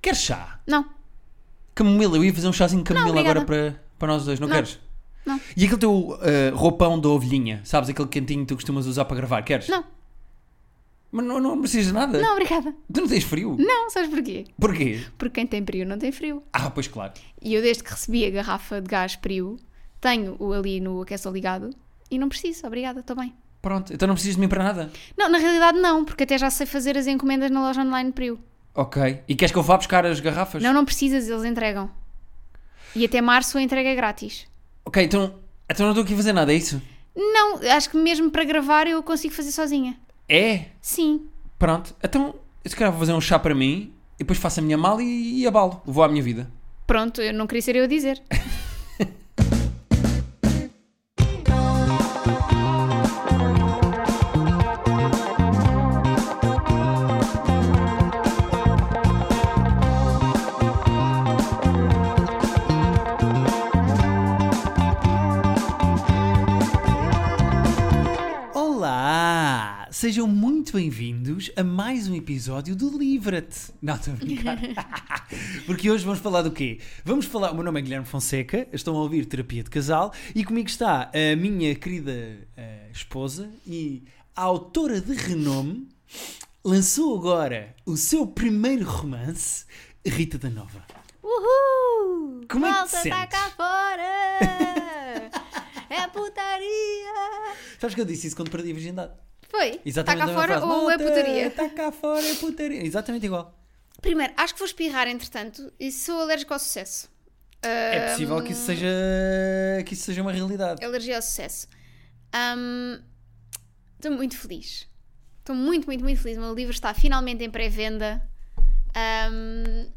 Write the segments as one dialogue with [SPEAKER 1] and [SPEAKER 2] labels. [SPEAKER 1] Queres chá?
[SPEAKER 2] Não.
[SPEAKER 1] Camomila, eu ia fazer um chazinho de camomila
[SPEAKER 2] obrigada.
[SPEAKER 1] agora para, para nós dois, não,
[SPEAKER 2] Não.
[SPEAKER 1] queres?
[SPEAKER 2] Não.
[SPEAKER 1] E aquele teu eh, roupão da ovelhinha, sabes? Aquele cantinho que tu costumas usar para gravar, queres?
[SPEAKER 2] Não.
[SPEAKER 1] Mas não, não precisas de nada?
[SPEAKER 2] Não, obrigada.
[SPEAKER 1] Tu não tens frio?
[SPEAKER 2] Não, sabes porquê?
[SPEAKER 1] Porquê?
[SPEAKER 2] Porque quem tem perio não tem frio.
[SPEAKER 1] Ah, pois claro.
[SPEAKER 2] E eu, desde que recebi a garrafa de gás perio, tenho-o ali no aquecedor ligado e não preciso, obrigada, estou bem.
[SPEAKER 1] Pronto, então não precisas de mim para nada.
[SPEAKER 2] Não, na realidade não, porque até já sei fazer as encomendas na loja online perio.
[SPEAKER 1] Ok. E queres que eu vá buscar as garrafas?
[SPEAKER 2] Não, não precisas, eles entregam. E até março a entrega é grátis.
[SPEAKER 1] Ok, então, então não estou aqui a fazer nada, é isso?
[SPEAKER 2] Não, acho que mesmo para gravar eu consigo fazer sozinha.
[SPEAKER 1] É?
[SPEAKER 2] Sim.
[SPEAKER 1] Pronto. Então, se calhar vou fazer um chá para mim, e depois faço a minha mala e, e abalo. Vou à minha vida.
[SPEAKER 2] Pronto, eu não queria ser eu a dizer.
[SPEAKER 1] Olá! Sejam muito bem-vindos a mais um episódio do Livra-te! Não, estou a brincar. Porque hoje vamos falar do quê? Vamos falar. O meu nome é Guilherme Fonseca, estão a ouvir Terapia de Casal e comigo está a minha querida eh, esposa e autora de renome. Lançou agora o seu primeiro romance, Rita da Nova.
[SPEAKER 2] Uhul!
[SPEAKER 1] Como é que te
[SPEAKER 2] Malta tá
[SPEAKER 1] sentes?
[SPEAKER 2] cá fora! é putaria!
[SPEAKER 1] Sabes que eu disse isso quando perdi a virgindade?
[SPEAKER 2] Foi? tá cá
[SPEAKER 1] Exatamente a mesma
[SPEAKER 2] Tá fora
[SPEAKER 1] frase.
[SPEAKER 2] ou é
[SPEAKER 1] "Malta,
[SPEAKER 2] putaria?
[SPEAKER 1] Tá cá fora, é putaria. Exatamente igual.
[SPEAKER 2] Primeiro, acho que vou espirrar entretanto e sou alérgico ao sucesso.
[SPEAKER 1] É possível que isso seja que isso seja uma realidade.
[SPEAKER 2] Alergia ao sucesso. Ahm, Estou muito feliz. Estou muito, muito, muito feliz. O meu livro está finalmente em pré-venda. Ahm,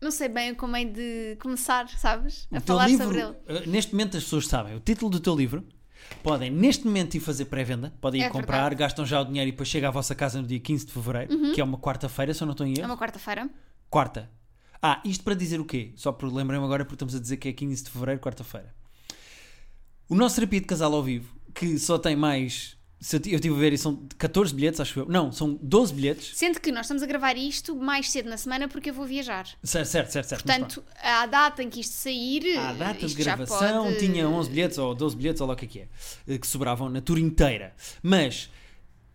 [SPEAKER 2] não sei bem como é de começar, sabes? A
[SPEAKER 1] o teu
[SPEAKER 2] falar
[SPEAKER 1] livro,
[SPEAKER 2] sobre ele.
[SPEAKER 1] eh, neste momento as pessoas sabem, o título do teu livro, podem neste momento ir fazer pré-venda, podem ir
[SPEAKER 2] É
[SPEAKER 1] comprar,
[SPEAKER 2] verdade. Uhum.
[SPEAKER 1] gastam já o dinheiro e depois chega à vossa casa no dia 15 de fevereiro, que é uma quarta-feira, se eu não estou em
[SPEAKER 2] É
[SPEAKER 1] erro.
[SPEAKER 2] uma quarta-feira.
[SPEAKER 1] Quarta. Ah, isto para dizer o quê? Só por lembrei-me agora porque estamos a dizer que é 15 de fevereiro, quarta-feira. O nosso terapia de casal ao vivo, que só tem mais. se eu ti- eu estive a ver, e são 14 bilhetes, acho eu. Não, são 12 bilhetes.
[SPEAKER 2] Sendo que nós estamos a gravar isto mais cedo na semana porque eu vou viajar.
[SPEAKER 1] Certo, certo, certo. certo mas pronto.
[SPEAKER 2] Portanto, à data em que isto sair,
[SPEAKER 1] À data Ah, de
[SPEAKER 2] Eh, isto já
[SPEAKER 1] gravação
[SPEAKER 2] pode-
[SPEAKER 1] tinha 11 bilhetes ou 12 bilhetes, ou lá o que é que é, eh, que sobravam na tour inteira. Mas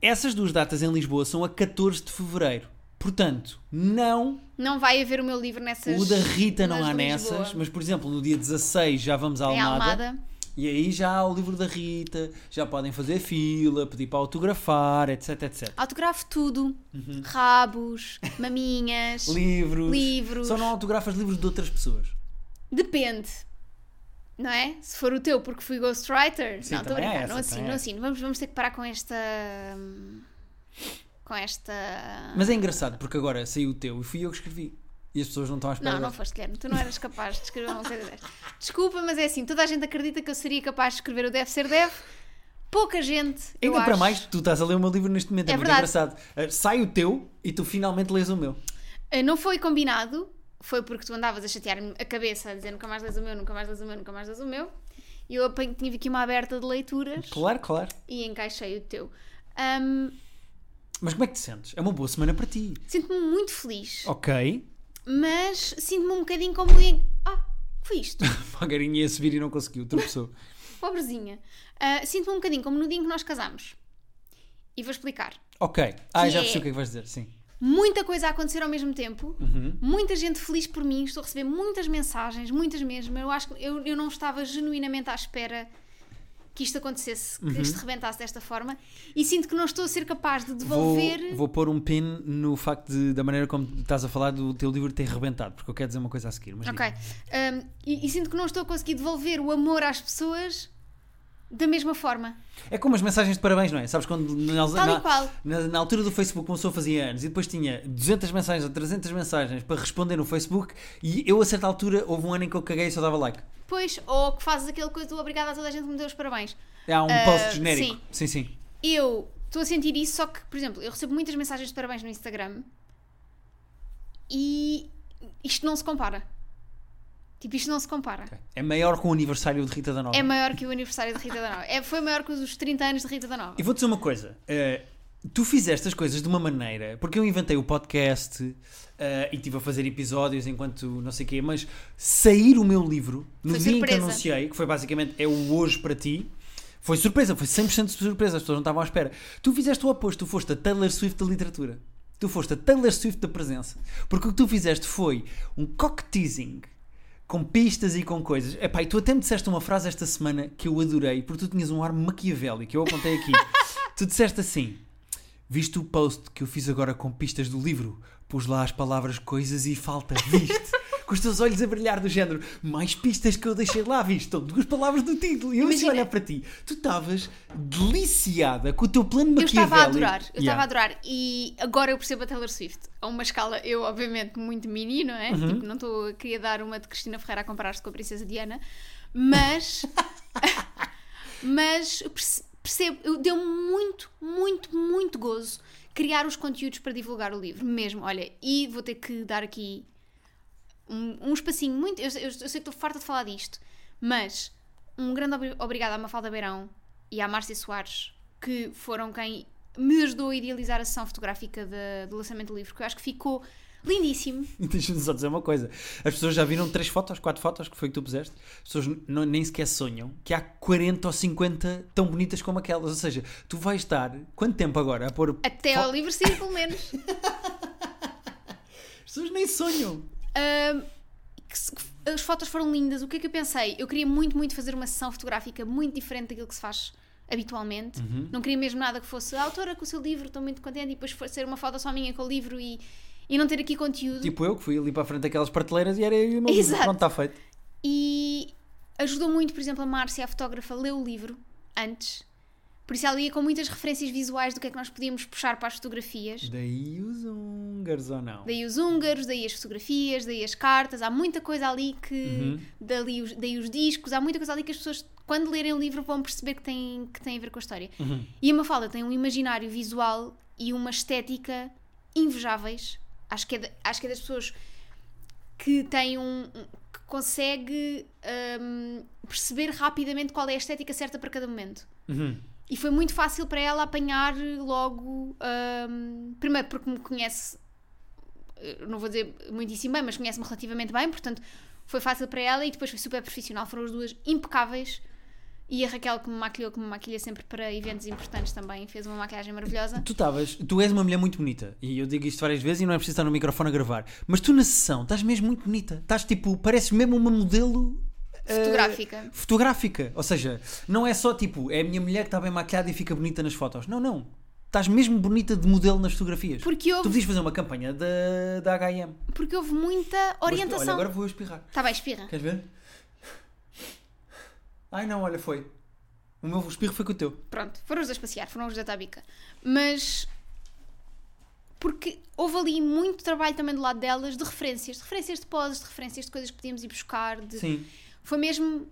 [SPEAKER 1] essas duas datas em Lisboa são a 14 de fevereiro. Portanto, não
[SPEAKER 2] Não vai haver o meu livro nessas.
[SPEAKER 1] o da Rita não
[SPEAKER 2] nas
[SPEAKER 1] há
[SPEAKER 2] de Lisboa.
[SPEAKER 1] nessas, mas por exemplo, no dia 16 já vamos à
[SPEAKER 2] Em
[SPEAKER 1] Almada,
[SPEAKER 2] Almada.
[SPEAKER 1] e aí já há o livro da Rita, já podem fazer fila, pedir para autografar, etc, etc.
[SPEAKER 2] Autografo tudo:
[SPEAKER 1] Uhum.
[SPEAKER 2] rabos, maminhas.
[SPEAKER 1] Livros.
[SPEAKER 2] Livros.
[SPEAKER 1] Só não autografas livros de outras pessoas.
[SPEAKER 2] Depende. Não é? Se for o teu porque fui ghostwriter.
[SPEAKER 1] Sim,
[SPEAKER 2] não, estou a
[SPEAKER 1] também é
[SPEAKER 2] brincar.
[SPEAKER 1] essa,
[SPEAKER 2] não assino,
[SPEAKER 1] também é
[SPEAKER 2] não
[SPEAKER 1] essa.
[SPEAKER 2] assino. Vamos, vamos ter que parar com esta. Com esta.
[SPEAKER 1] Mas é engraçado porque agora saiu o teu e fui eu que escrevi. E as pessoas não estão à espera.
[SPEAKER 2] Não, não
[SPEAKER 1] dessa.
[SPEAKER 2] foste, Guilherme. Tu não eras capaz de escrever um ser deve. Desculpa, mas é assim. Toda a gente acredita que eu seria capaz de escrever o deve ser deve. Pouca gente. eu
[SPEAKER 1] Ainda para
[SPEAKER 2] acho.
[SPEAKER 1] mais, tu estás a ler o meu livro neste momento, é,
[SPEAKER 2] É
[SPEAKER 1] muito
[SPEAKER 2] verdade.
[SPEAKER 1] engraçado. Uh, sai o teu e tu finalmente lês o meu.
[SPEAKER 2] Uh, Não foi combinado, foi porque tu andavas a chatear-me a cabeça, a dizer nunca mais lês o meu, nunca mais lês o meu, nunca mais lês o meu. E eu apanho, tive aqui uma aberta de leituras
[SPEAKER 1] Claro, claro.
[SPEAKER 2] e encaixei o teu. Ahm,
[SPEAKER 1] Mas como é que te sentes? É uma boa semana para ti.
[SPEAKER 2] sinto-me muito feliz,
[SPEAKER 1] Oh. Ok.
[SPEAKER 2] mas sinto-me um bocadinho como. em- Ah, o que foi isto?
[SPEAKER 1] A garinha ia subir e não conseguiu, tropeçou.
[SPEAKER 2] Pobrezinha. Ah, sinto-me um bocadinho como no dia em que nós casámos. E vou explicar.
[SPEAKER 1] ok. Ah,
[SPEAKER 2] Que
[SPEAKER 1] já
[SPEAKER 2] é-
[SPEAKER 1] percebi o que é que vais dizer, sim.
[SPEAKER 2] muita coisa a acontecer ao mesmo tempo,
[SPEAKER 1] Uhum.
[SPEAKER 2] muita gente feliz por mim, estou a receber muitas mensagens, muitas mesmo. Eu acho que eu, eu não estava genuinamente à espera que isto acontecesse, que isto rebentasse desta forma, e sinto que não estou a ser capaz de
[SPEAKER 1] Uhum. Vou,
[SPEAKER 2] devolver.
[SPEAKER 1] vou pôr um pin no facto de- da maneira como estás a falar do teu livro ter rebentado, porque eu quero dizer uma coisa a seguir. Mas
[SPEAKER 2] Ok.
[SPEAKER 1] diz.
[SPEAKER 2] Um, e, e sinto que não estou a conseguir devolver o amor às pessoas da mesma forma.
[SPEAKER 1] É como as mensagens de parabéns, não é? Sabes quando na,
[SPEAKER 2] Tal e
[SPEAKER 1] na-
[SPEAKER 2] qual.
[SPEAKER 1] na- na altura do Facebook começou a fazer anos e depois tinha 200 mensagens ou 300 mensagens para responder no Facebook e eu a certa altura houve um ano em que eu caguei e só dava like.
[SPEAKER 2] Pois, ou que fazes aquele coisa do obrigada a toda a gente que me deu os parabéns.
[SPEAKER 1] Há um
[SPEAKER 2] Ah,
[SPEAKER 1] post genérico. Sim, sim.
[SPEAKER 2] eu estou a sentir isso, só que, por exemplo, eu recebo muitas mensagens de parabéns no Instagram e isto não se compara. Tipo, isto não se compara.
[SPEAKER 1] É maior que o aniversário de Rita da Nova.
[SPEAKER 2] É maior que o aniversário de Rita da Nova. É, foi maior que os 30 anos de Rita da Nova.
[SPEAKER 1] E vou dizer uma coisa. eh, tu fizeste as coisas de uma maneira, porque eu inventei o podcast eh, e estive a fazer episódios enquanto não sei o quê, mas sair o meu livro no
[SPEAKER 2] Foi
[SPEAKER 1] dia em que
[SPEAKER 2] surpresa.
[SPEAKER 1] anunciei, que foi basicamente é o hoje para ti, foi surpresa, foi 100% de surpresa, as pessoas não estavam à espera. Tu fizeste o oposto, tu foste a Taylor Swift da literatura. Tu foste a Taylor Swift da presença. Porque o que tu fizeste foi um cock-teasing com pistas e com coisas. Epá, e tu até me disseste uma frase esta semana que eu adorei, porque tu tinhas um ar maquiavélico, eu apontei aqui. tu disseste assim, Viste o post que eu fiz agora com pistas do livro? Pus lá as palavras coisas e falta, viste? com os teus olhos a brilhar do género. Mais pistas que eu deixei lá, viste? Estão duas palavras do título. E eu assim
[SPEAKER 2] Imagina.
[SPEAKER 1] olhar para ti. Tu estavas deliciada com o teu plano
[SPEAKER 2] Eu
[SPEAKER 1] maquiavélico.
[SPEAKER 2] estava a adorar, eu estava
[SPEAKER 1] Yeah.
[SPEAKER 2] a adorar. E agora eu percebo a Taylor Swift. A uma escala, eu obviamente muito mini, não é? Tipo, não estou a querer dar uma de Cristina Ferreira a comparar-se com a Princesa Diana, mas. mas eu perce- percebo, eu- deu-me muito, muito, muito gozo criar os conteúdos para divulgar o livro, mesmo. Olha, e vou ter que dar aqui um, um espacinho muito. Eu, eu- eu sei que estou farta de falar disto, mas um grande obri- obrigado à Mafalda Beirão e à Márcia Soares, que foram quem me ajudou a idealizar a sessão fotográfica da- do lançamento do livro, que eu acho que ficou lindíssimo.
[SPEAKER 1] Deixa-me só dizer uma coisa. As pessoas já viram três fotos, quatro fotos que foi que tu puseste. As pessoas n- não- nem sequer sonham que há 40 ou 50 tão bonitas como aquelas. Ou seja, tu vais estar quanto tempo agora a pôr.
[SPEAKER 2] Até
[SPEAKER 1] fo-
[SPEAKER 2] ao livro, sim, pelo menos.
[SPEAKER 1] As pessoas nem sonham.
[SPEAKER 2] Ahm, que se- as fotos foram lindas. O que é que eu pensei? Eu queria muito, muito fazer uma sessão fotográfica muito diferente daquilo que se faz habitualmente. Não queria mesmo nada que fosse a autora com o seu livro, estou muito contente, e depois for ser uma foto só minha com o livro e, e não ter aqui conteúdo.
[SPEAKER 1] Tipo eu que fui ali para a frente daquelas prateleiras e era eu e o meu livro.
[SPEAKER 2] Exato.
[SPEAKER 1] Pronto, está feito.
[SPEAKER 2] E ajudou muito, por exemplo, a Márcia, a fotógrafa, a ler o livro antes. Por isso ela ia com muitas referências visuais do que é que nós podíamos puxar para as fotografias.
[SPEAKER 1] Daí os húngaros ou não?
[SPEAKER 2] Daí os húngaros, daí as fotografias, daí as cartas, há muita coisa ali que. Dali os, daí os discos, há muita coisa ali que as pessoas, quando lerem o livro, vão perceber que tem, que tem a ver com a história. E a Mafalda tem um imaginário visual e uma estética invejáveis. Acho que é, da- acho que é das pessoas que tem um. um- que consegue hum, perceber rapidamente qual é a estética certa para cada momento.
[SPEAKER 1] Uhum.
[SPEAKER 2] E foi muito fácil para ela apanhar logo. hum, primeiro, porque me conhece, eh, não vou dizer muitíssimo bem, mas conhece-me relativamente bem, portanto foi fácil para ela e depois foi super profissional. Foram as duas impecáveis. E a Raquel, que me maquilhou, que me maquilha sempre para eventos importantes também, fez uma maquilhagem maravilhosa.
[SPEAKER 1] Tu estavas, tu és uma mulher muito bonita e eu digo isto várias vezes e não é preciso estar no microfone a gravar, mas tu na sessão estás mesmo muito bonita, estás tipo, pareces mesmo uma modelo eh,
[SPEAKER 2] Fotográfica.
[SPEAKER 1] fotográfica, ou seja, não é só tipo, é a minha mulher que está bem maquilhada e fica bonita nas fotos, não, não, estás mesmo bonita de modelo nas fotografias.
[SPEAKER 2] Porque
[SPEAKER 1] Tu
[SPEAKER 2] houve,
[SPEAKER 1] podias fazer uma campanha da, da HM.
[SPEAKER 2] porque houve muita
[SPEAKER 1] Olha, agora
[SPEAKER 2] orientação.
[SPEAKER 1] vou espirrar.
[SPEAKER 2] Está bem, espirra.
[SPEAKER 1] Queres ver? Ai não, olha, foi. O meu espirro foi com o teu.
[SPEAKER 2] pronto, foram os dois passear, foram os da Tabica. Mas. Porque houve ali muito trabalho também do lado delas de referências, de referências de poses, de referências de coisas que podíamos ir buscar. de-
[SPEAKER 1] Sim.
[SPEAKER 2] Foi mesmo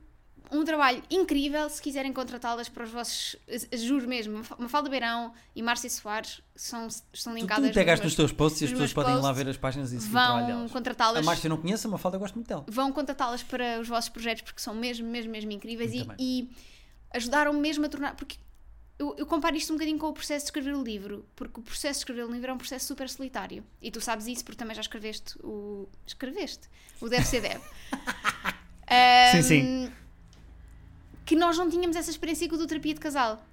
[SPEAKER 2] um trabalho incrível. Se quiserem contratá-las para os vossos. eh, Juro mesmo, Maf- Mafalda Beirão e Márcia Soares são, estão
[SPEAKER 1] Tu,
[SPEAKER 2] linkadas.
[SPEAKER 1] tu
[SPEAKER 2] nos
[SPEAKER 1] pegaste
[SPEAKER 2] meus-
[SPEAKER 1] nos teus posts e
[SPEAKER 2] nos
[SPEAKER 1] as
[SPEAKER 2] meus
[SPEAKER 1] pessoas podem ir lá
[SPEAKER 2] posts.
[SPEAKER 1] ver as páginas e seguir o trabalho
[SPEAKER 2] Vão
[SPEAKER 1] delas. A
[SPEAKER 2] contratá-las.
[SPEAKER 1] Márcia eu não conheço, a Mafalda eu gosto muito dela.
[SPEAKER 2] vão contratá-las para os vossos projetos porque são mesmo, mesmo, mesmo incríveis e,
[SPEAKER 1] Muito
[SPEAKER 2] e ajudaram-me mesmo a tornar. Porque eu, eu comparo isto um bocadinho com o processo de escrever o livro, porque o processo de escrever o livro é um processo super solitário. E tu sabes isso porque também já escreveste o. Escreveste? O Deve Ser Deve.
[SPEAKER 1] Sim, sim.
[SPEAKER 2] Que nós não tínhamos essa experiência com o do terapia de casal.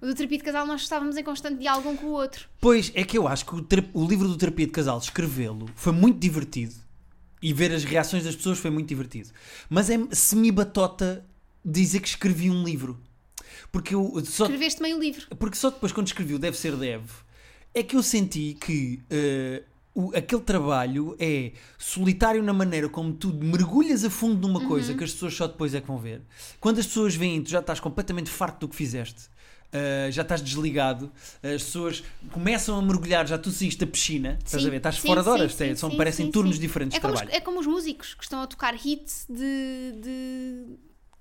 [SPEAKER 2] O do terapia de casal nós estávamos em constante diálogo um com o outro.
[SPEAKER 1] Pois é que eu acho que o, ter- o livro do Terapia de Casal, escrevê-lo, foi muito divertido e ver as reações das pessoas foi muito divertido. Mas é semi-batota dizer que escrevi um livro. Porque eu só,
[SPEAKER 2] Escreveste meio livro.
[SPEAKER 1] porque só depois quando escrevi o Deve Ser Deve é que eu senti que eh, o- aquele trabalho é solitário na maneira como tu mergulhas a fundo numa
[SPEAKER 2] Uhum.
[SPEAKER 1] coisa que as pessoas só depois é que vão ver. Quando as pessoas veem, tu já estás completamente farto do que fizeste. eh, já estás desligado, as pessoas começam a mergulhar, já tu saíste da piscina, estás
[SPEAKER 2] Sim,
[SPEAKER 1] a ver? Estás
[SPEAKER 2] sim,
[SPEAKER 1] fora de
[SPEAKER 2] sim,
[SPEAKER 1] horas,
[SPEAKER 2] sim,
[SPEAKER 1] tem- são,
[SPEAKER 2] sim,
[SPEAKER 1] parecem
[SPEAKER 2] sim,
[SPEAKER 1] turnos
[SPEAKER 2] sim.
[SPEAKER 1] diferentes
[SPEAKER 2] é
[SPEAKER 1] de
[SPEAKER 2] como, os,
[SPEAKER 1] trabalho.
[SPEAKER 2] é como os músicos que estão a tocar hits de. de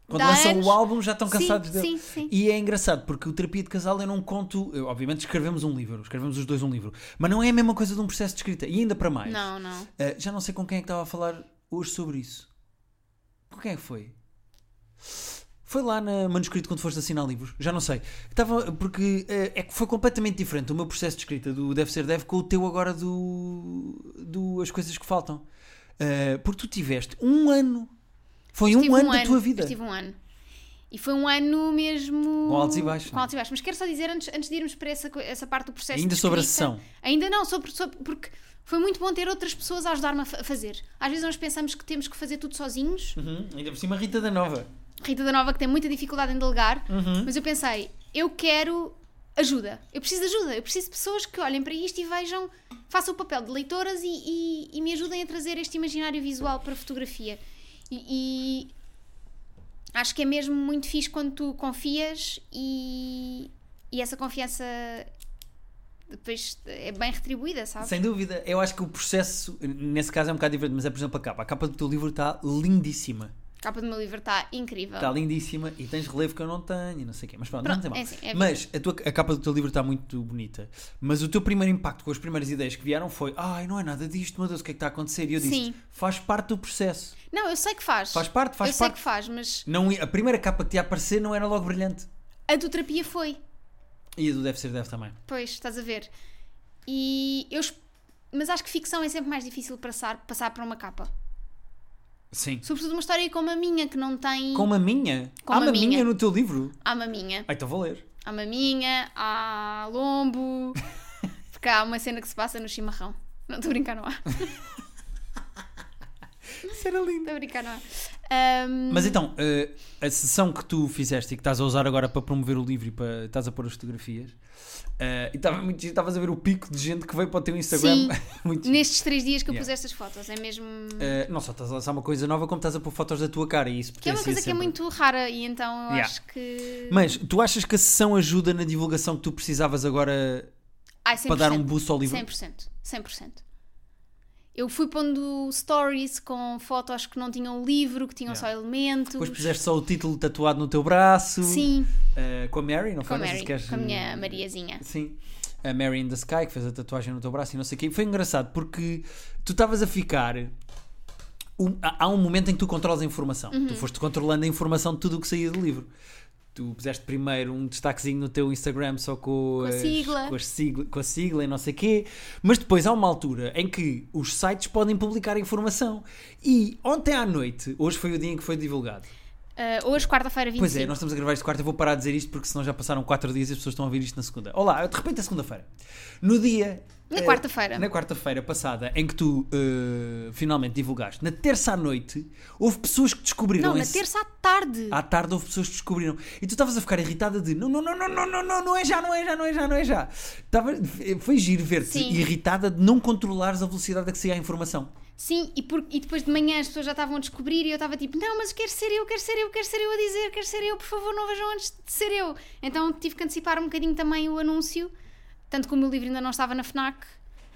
[SPEAKER 1] Quando
[SPEAKER 2] de há
[SPEAKER 1] lançam
[SPEAKER 2] anos.
[SPEAKER 1] o álbum já estão cansados
[SPEAKER 2] sim,
[SPEAKER 1] dele.
[SPEAKER 2] Sim, sim.
[SPEAKER 1] E é engraçado porque o terapia de casal eu não conto. eu, obviamente escrevemos um livro, escrevemos os dois um livro, mas não é a mesma coisa de um processo de escrita. E ainda para mais.
[SPEAKER 2] Não, não.
[SPEAKER 1] eh, já não sei com quem é que estava a falar hoje sobre isso. Com quem é que foi? Foi lá na manuscrito quando foste assinar livros, já não sei. Estava, porque eh, é que foi completamente diferente o meu processo de escrita do Deve Ser Deve com o teu agora do, do As Coisas que Faltam. Eh, porque tu tiveste um ano. Foi um
[SPEAKER 2] Tive
[SPEAKER 1] ano, da tua vida.
[SPEAKER 2] Eu tive um ano. E foi um ano mesmo.
[SPEAKER 1] Com altos e baixos,
[SPEAKER 2] Com
[SPEAKER 1] não é?
[SPEAKER 2] altos e baixos. Mas quero só dizer, antes, antes de irmos para essa, co- essa parte do processo.
[SPEAKER 1] Ainda
[SPEAKER 2] de
[SPEAKER 1] sobre a
[SPEAKER 2] escrita-
[SPEAKER 1] sessão.
[SPEAKER 2] Ainda não, sobre, sobre- porque foi muito bom ter outras pessoas a ajudar-me a fa- a fazer. Às vezes nós pensamos que temos que fazer tudo sozinhos.
[SPEAKER 1] Uhum, ainda por cima, Rita da Nova.
[SPEAKER 2] Rita da Nova, que tem muita dificuldade em delegar. Mas eu pensei, eu quero ajuda. Eu preciso de ajuda. Eu preciso de pessoas que olhem para isto e vejam, façam o papel de leitoras e, e- e me ajudem a trazer este imaginário visual para a fotografia. E, e acho que é mesmo muito fixe quando tu confias e, e essa confiança depois é bem retribuída, sabes?
[SPEAKER 1] Sem dúvida. Eu acho que o processo, nesse caso, é um bocado diferente, mas é, por exemplo, a capa. A capa do teu livro está lindíssima.
[SPEAKER 2] A capa do meu livro está incrível.
[SPEAKER 1] Está lindíssima e tens relevo que eu não tenho, e não sei o quê. Mas pronto,
[SPEAKER 2] Tá. Pronto,
[SPEAKER 1] não tem mal.
[SPEAKER 2] é assim, é a
[SPEAKER 1] mas a, tua, a capa do teu livro está muito bonita. Mas o teu primeiro impacto com as primeiras ideias que vieram foi: ai, não é nada disto, meu Deus, o que é que está a acontecer? E eu disse:
[SPEAKER 2] Sim.
[SPEAKER 1] faz parte do processo.
[SPEAKER 2] Não, eu sei que faz.
[SPEAKER 1] Faz parte, faz
[SPEAKER 2] eu sei
[SPEAKER 1] parte.
[SPEAKER 2] que faz, mas
[SPEAKER 1] Não, a primeira capa que te ia aparecer não era logo brilhante.
[SPEAKER 2] a do terapia foi.
[SPEAKER 1] E a do Deve Ser Deve também.
[SPEAKER 2] Pois, estás a ver. E eu. es- Mas acho que ficção é sempre mais difícil passar, passar para uma capa.
[SPEAKER 1] Sim.
[SPEAKER 2] Sobretudo uma história como a minha, que não tem.
[SPEAKER 1] Com a minha?
[SPEAKER 2] Com
[SPEAKER 1] Há
[SPEAKER 2] uma
[SPEAKER 1] uma
[SPEAKER 2] minha.
[SPEAKER 1] minha no teu livro?
[SPEAKER 2] Há maminha.
[SPEAKER 1] Ah, então vou ler.
[SPEAKER 2] Há maminha, há lombo. Porque há uma cena que se passa no chimarrão. Não, estou a brincar, não há. Estou
[SPEAKER 1] Isso era lindo.
[SPEAKER 2] a brincar, não há. Ahm,
[SPEAKER 1] Mas então, eh, a sessão que tu fizeste e que estás a usar agora para promover o livro e para estás a pôr as fotografias, eh, e estava muito giro, estavas a ver o pico de gente que veio para o teu Instagram.
[SPEAKER 2] Sim.
[SPEAKER 1] muito giro.
[SPEAKER 2] nestes três dias que eu
[SPEAKER 1] Yeah.
[SPEAKER 2] pus estas fotos, é mesmo.
[SPEAKER 1] Eh, não só estás a lançar uma coisa nova, como estás a pôr fotos da tua cara e isso
[SPEAKER 2] que é uma
[SPEAKER 1] potencia
[SPEAKER 2] coisa que é
[SPEAKER 1] sempre.
[SPEAKER 2] muito rara e então eu
[SPEAKER 1] Yeah.
[SPEAKER 2] acho que.
[SPEAKER 1] Mas tu achas que a sessão ajuda na divulgação que tu precisavas agora
[SPEAKER 2] Ai,
[SPEAKER 1] para dar um
[SPEAKER 2] 100%.
[SPEAKER 1] boost ao livro?
[SPEAKER 2] 100%. 100%. Eu fui pondo stories com fotos que não tinham o livro, que tinham
[SPEAKER 1] Yeah.
[SPEAKER 2] só elementos.
[SPEAKER 1] Depois puseste um só o título tatuado no teu braço.
[SPEAKER 2] Uhum. Sim,
[SPEAKER 1] Eh, com a Mary, não
[SPEAKER 2] com
[SPEAKER 1] foi?
[SPEAKER 2] a
[SPEAKER 1] Não sei
[SPEAKER 2] Mary,
[SPEAKER 1] se queres-
[SPEAKER 2] com a minha Mariazinha.
[SPEAKER 1] Sim. A Mary in the Sky, que fez a tatuagem no teu braço e não sei o quê. E Foi engraçado porque tu estavas a ficar. um- há há um momento em que tu controlas a informação.
[SPEAKER 2] Uhum.
[SPEAKER 1] Tu foste controlando a informação de tudo o que saía do livro. Tu puseste primeiro um destaquezinho no teu Instagram só com,
[SPEAKER 2] Com a
[SPEAKER 1] as-
[SPEAKER 2] sigla.
[SPEAKER 1] com, as sigla- com a sigla e não sei o quê. Mas depois há uma altura em que os sites podem publicar a informação. E ontem à noite, hoje foi o dia em que foi divulgado.
[SPEAKER 2] Ah, hoje, quarta-feira, 25.
[SPEAKER 1] Pois é, nós estamos a gravar isto quarta. Eu vou parar de dizer isto porque senão já passaram 4 dias e as pessoas estão a ouvir isto na segunda. Olá, de repente é segunda-feira. No dia.
[SPEAKER 2] Na
[SPEAKER 1] eh,
[SPEAKER 2] quarta-feira.
[SPEAKER 1] Na quarta-feira passada, em que tu eh, finalmente divulgaste, na terça à noite, houve pessoas que descobriram
[SPEAKER 2] Não, na
[SPEAKER 1] esse-
[SPEAKER 2] terça à tarde.
[SPEAKER 1] À tarde houve pessoas que descobriram. E tu estavas a ficar irritada de não, não, não, não, não, não, não, não é já, não é já, não é já, não é já. Tava, eh, foi giro ver-te
[SPEAKER 2] Sim.
[SPEAKER 1] irritada de não controlares a velocidade a que saía a informação.
[SPEAKER 2] Sim, e, por- e depois de manhã as pessoas já estavam a descobrir e eu estava tipo, não, mas quero ser eu, quero ser eu, quero ser eu a dizer, quero ser eu, por favor, não vejam antes de ser eu. Então tive que antecipar um bocadinho também o anúncio, tanto que o meu livro ainda não estava na FNAC.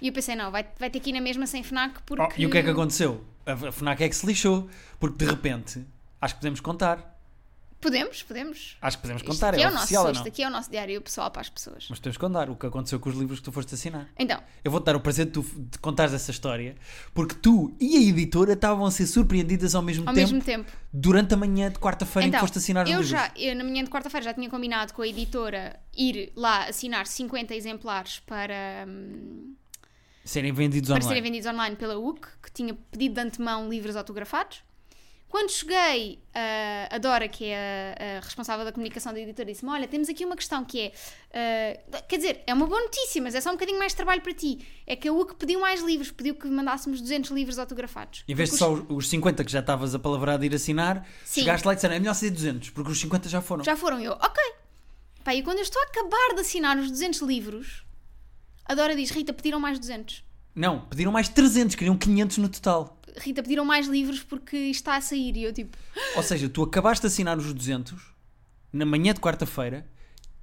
[SPEAKER 2] E eu pensei, não, vai, vai ter que ir na mesma sem FNAC porque...
[SPEAKER 1] Oh, e o que é que aconteceu? A a FNAC é que se lixou, porque de repente, acho que podemos contar.
[SPEAKER 2] Podemos, podemos.
[SPEAKER 1] Acho que podemos
[SPEAKER 2] Isto
[SPEAKER 1] contar,
[SPEAKER 2] aqui
[SPEAKER 1] é,
[SPEAKER 2] é o nosso,
[SPEAKER 1] oficial ou
[SPEAKER 2] isto
[SPEAKER 1] não?
[SPEAKER 2] aqui é o nosso diário pessoal para as pessoas.
[SPEAKER 1] Mas podemos contar o que aconteceu com os livros que tu foste assinar.
[SPEAKER 2] Então,
[SPEAKER 1] Eu vou-te dar o prazer de, tu, de contares essa história, porque tu e a editora estavam a ser surpreendidas ao mesmo
[SPEAKER 2] ao
[SPEAKER 1] tempo
[SPEAKER 2] mesmo tempo.
[SPEAKER 1] durante a manhã de quarta-feira em que
[SPEAKER 2] Então,
[SPEAKER 1] foste assinar os
[SPEAKER 2] eu
[SPEAKER 1] livros.
[SPEAKER 2] já, eu na manhã de quarta-feira já tinha combinado com a editora ir lá assinar 50 exemplares para, hum,
[SPEAKER 1] Serem vendidos
[SPEAKER 2] para serem
[SPEAKER 1] online.
[SPEAKER 2] vendidos online pela UC, que tinha pedido de antemão livros autografados. Quando cheguei, ah, a Dora, que é a, a responsável da comunicação da editora, disse-me: Olha, temos aqui uma questão que é. ah, quer dizer, é uma boa notícia, mas é só um bocadinho mais trabalho para ti. É que a UC pediu mais livros, pediu que mandássemos 200 livros autografados.
[SPEAKER 1] Em vez de
[SPEAKER 2] Porque
[SPEAKER 1] só os- os 50 que já estavas a palavrar de ir assinar,
[SPEAKER 2] Sim.
[SPEAKER 1] chegaste lá e disseram é melhor ser 200, porque os 50 já foram.
[SPEAKER 2] Já foram eu, ok. Pá, e quando eu estou a acabar de assinar os 200 livros, a Dora diz: Rita, pediram mais 200.
[SPEAKER 1] Não, pediram mais 300, queriam 500 no total.
[SPEAKER 2] Rita, pediram mais livros porque está a sair. E eu, tipo,
[SPEAKER 1] Ou seja, tu acabaste de assinar os 200 na manhã de quarta-feira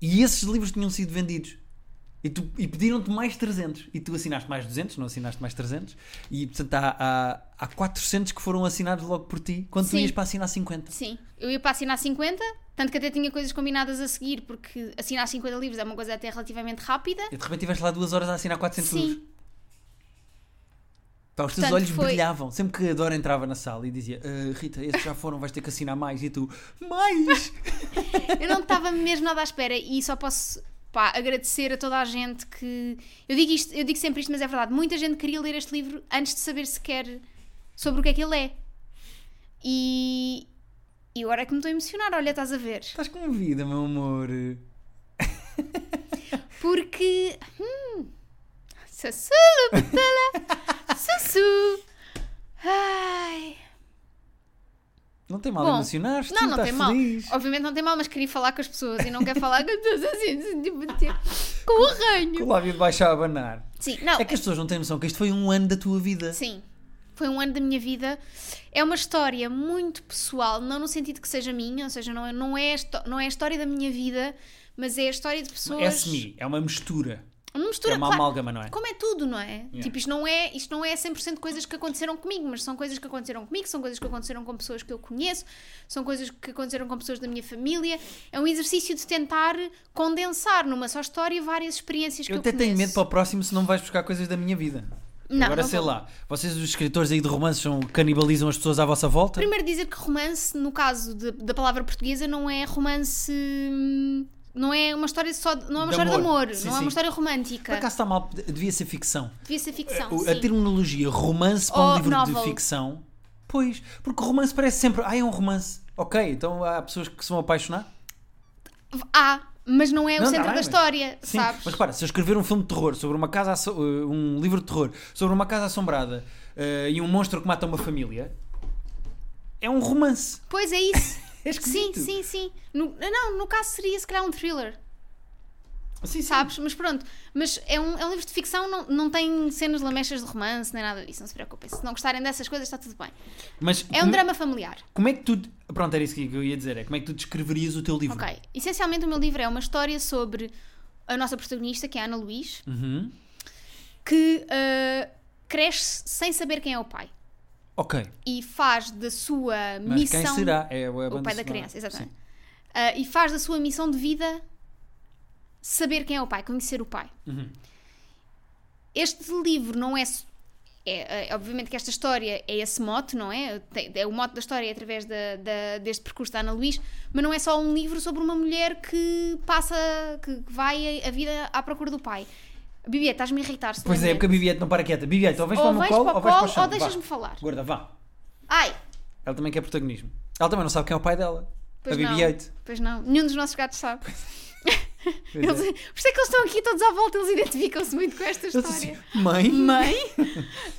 [SPEAKER 1] e esses livros tinham sido vendidos. E, tu- e pediram-te mais 300. E tu assinaste mais 200, não assinaste mais 300. E portanto há, há, há 400 que foram assinados logo por ti quando tu
[SPEAKER 2] Sim.
[SPEAKER 1] ias para assinar 50.
[SPEAKER 2] sim, eu ia para assinar 50, tanto que até tinha coisas combinadas a seguir, porque assinar 50 livros é uma coisa até relativamente rápida.
[SPEAKER 1] E de repente estiveste lá duas horas a assinar 400 livros.
[SPEAKER 2] Sim.
[SPEAKER 1] Pá, os teus
[SPEAKER 2] Portanto,
[SPEAKER 1] olhos
[SPEAKER 2] foi-
[SPEAKER 1] brilhavam. Sempre que a Dora entrava na sala e dizia "Ah, Rita, esses já foram, vais ter que assinar mais. E tu, mais!
[SPEAKER 2] Eu não estava mesmo nada à espera e só posso pá, agradecer a toda a gente que. Eu digo, isto, eu digo sempre isto, mas é verdade. Muita gente queria ler este livro antes de saber sequer sobre o que é que ele é. E. E agora é que me estou a emocionar, olha, estás a ver.
[SPEAKER 1] Estás com vida, meu amor.
[SPEAKER 2] Porque. Hum, Sussu, Butela, Sussu. Ai.
[SPEAKER 1] Não tem mal
[SPEAKER 2] Bom,
[SPEAKER 1] emocionar-te,
[SPEAKER 2] Não, não
[SPEAKER 1] estás
[SPEAKER 2] tem mal.
[SPEAKER 1] tá feliz.
[SPEAKER 2] Obviamente não tem mal, mas queria falar com as pessoas e não quero falar com as pessoas assim, tipo, tipo, com o
[SPEAKER 1] Com
[SPEAKER 2] arranho.
[SPEAKER 1] o lábio de baixo a abanar.
[SPEAKER 2] Sim, não,
[SPEAKER 1] É que as pessoas não têm noção que isto foi um ano da tua vida.
[SPEAKER 2] Sim. Foi um ano da minha vida. É uma história muito pessoal, não no sentido que seja minha, ou seja, não é, não é, a histó- não é a história da minha vida, mas é a história de pessoas.
[SPEAKER 1] É semi, é uma mistura.
[SPEAKER 2] Uma mistura,
[SPEAKER 1] é uma
[SPEAKER 2] claro.
[SPEAKER 1] amálgama, não é?
[SPEAKER 2] Como é tudo, não é? Tipo, isto não é, isto não é 100% coisas que aconteceram comigo, mas são coisas que aconteceram comigo, são coisas que aconteceram com pessoas que eu conheço, são coisas que aconteceram com pessoas da minha família. É um exercício de tentar condensar numa só história várias experiências que eu
[SPEAKER 1] Eu até tenho
[SPEAKER 2] conheço.
[SPEAKER 1] medo para o próximo se não vais buscar coisas da minha vida.
[SPEAKER 2] Não,
[SPEAKER 1] Agora
[SPEAKER 2] não
[SPEAKER 1] sei
[SPEAKER 2] vou.
[SPEAKER 1] lá, vocês os escritores aí de romances são, canibalizam as pessoas à vossa volta?
[SPEAKER 2] Primeiro dizer que romance, no caso de- da palavra portuguesa, não é romance. hum, Não é uma história só. de- Não é uma
[SPEAKER 1] De
[SPEAKER 2] história de
[SPEAKER 1] amor.
[SPEAKER 2] amor,
[SPEAKER 1] Sim,
[SPEAKER 2] não é
[SPEAKER 1] sim.
[SPEAKER 2] uma história
[SPEAKER 1] Por
[SPEAKER 2] romântica.
[SPEAKER 1] acaso está mal, devia ser ficção.
[SPEAKER 2] Devia ser ficção.
[SPEAKER 1] O-
[SPEAKER 2] Ah, sim.
[SPEAKER 1] A terminologia romance para um
[SPEAKER 2] Ou
[SPEAKER 1] livro de
[SPEAKER 2] novel.
[SPEAKER 1] ficção. Pois, porque romance parece sempre, ah, é um romance. Ok, então há pessoas que se vão apaixonar.
[SPEAKER 2] Há, mas não é o
[SPEAKER 1] Não, tá
[SPEAKER 2] centro
[SPEAKER 1] bem,
[SPEAKER 2] da
[SPEAKER 1] mas-
[SPEAKER 2] história,
[SPEAKER 1] Sim,
[SPEAKER 2] sabes?
[SPEAKER 1] mas repara, se eu escrever um filme de terror sobre uma casa, asso- eh, um livro de terror sobre uma casa assombrada eh, e um monstro que mata uma família, é um romance.
[SPEAKER 2] Pois é isso.
[SPEAKER 1] É
[SPEAKER 2] sim,
[SPEAKER 1] esquisito.
[SPEAKER 2] sim, sim. No- não, no caso seria se calhar um thriller,
[SPEAKER 1] Sim, sim.
[SPEAKER 2] sabes? Mas pronto. Mas é um, é um livro de ficção, não, não tem cenas lamechas de romance nem nada disso, não se preocupem. Se não gostarem dessas coisas, está tudo bem.
[SPEAKER 1] Mas
[SPEAKER 2] É um
[SPEAKER 1] como,
[SPEAKER 2] drama familiar.
[SPEAKER 1] como é que tu. Pronto, era isso que eu ia dizer. É como é que tu descreverias o teu livro?
[SPEAKER 2] Ok. Essencialmente, o meu livro é uma história sobre a nossa protagonista, que é a Ana Luís,
[SPEAKER 1] Uhum.
[SPEAKER 2] que ah, cresce sem saber quem é o pai
[SPEAKER 1] Ok.
[SPEAKER 2] e faz da sua
[SPEAKER 1] Mas
[SPEAKER 2] missão.
[SPEAKER 1] quem será? É a banda
[SPEAKER 2] O pai da
[SPEAKER 1] sonora.
[SPEAKER 2] criança, exatamente.
[SPEAKER 1] Sim.
[SPEAKER 2] Ah, e faz da sua missão de vida saber quem é o pai, conhecer o pai.
[SPEAKER 1] Uhum.
[SPEAKER 2] Este livro não é, s- é, é, Obviamente que esta história é esse mote, não é? Tem- é o mote da história é através da- da- deste percurso da Ana Luís, mas não é só um livro sobre uma mulher que passa. que vai a, a vida à procura do pai. Bibieta, estás-me a irritar. se
[SPEAKER 1] Pois é,
[SPEAKER 2] lembra?
[SPEAKER 1] porque a Bibiette não para quieta. Bibiette, ou vais
[SPEAKER 2] Ou
[SPEAKER 1] para o meu
[SPEAKER 2] vais
[SPEAKER 1] colo
[SPEAKER 2] para o
[SPEAKER 1] ou vais para o
[SPEAKER 2] colo,
[SPEAKER 1] chão.
[SPEAKER 2] ou deixas-me
[SPEAKER 1] Vá.
[SPEAKER 2] falar.
[SPEAKER 1] Gorda, vá.
[SPEAKER 2] Ai!
[SPEAKER 1] Ela também quer protagonismo. Ela também não sabe quem é o pai dela.
[SPEAKER 2] Pois
[SPEAKER 1] a
[SPEAKER 2] não.
[SPEAKER 1] BB-8.
[SPEAKER 2] Pois não, nenhum dos nossos gatos sabe.
[SPEAKER 1] Pois
[SPEAKER 2] Eles- Por isso é que eles estão aqui todos à volta, eles identificam-se muito com esta
[SPEAKER 1] Eu disse
[SPEAKER 2] história.
[SPEAKER 1] assim, mãe?
[SPEAKER 2] Mãe?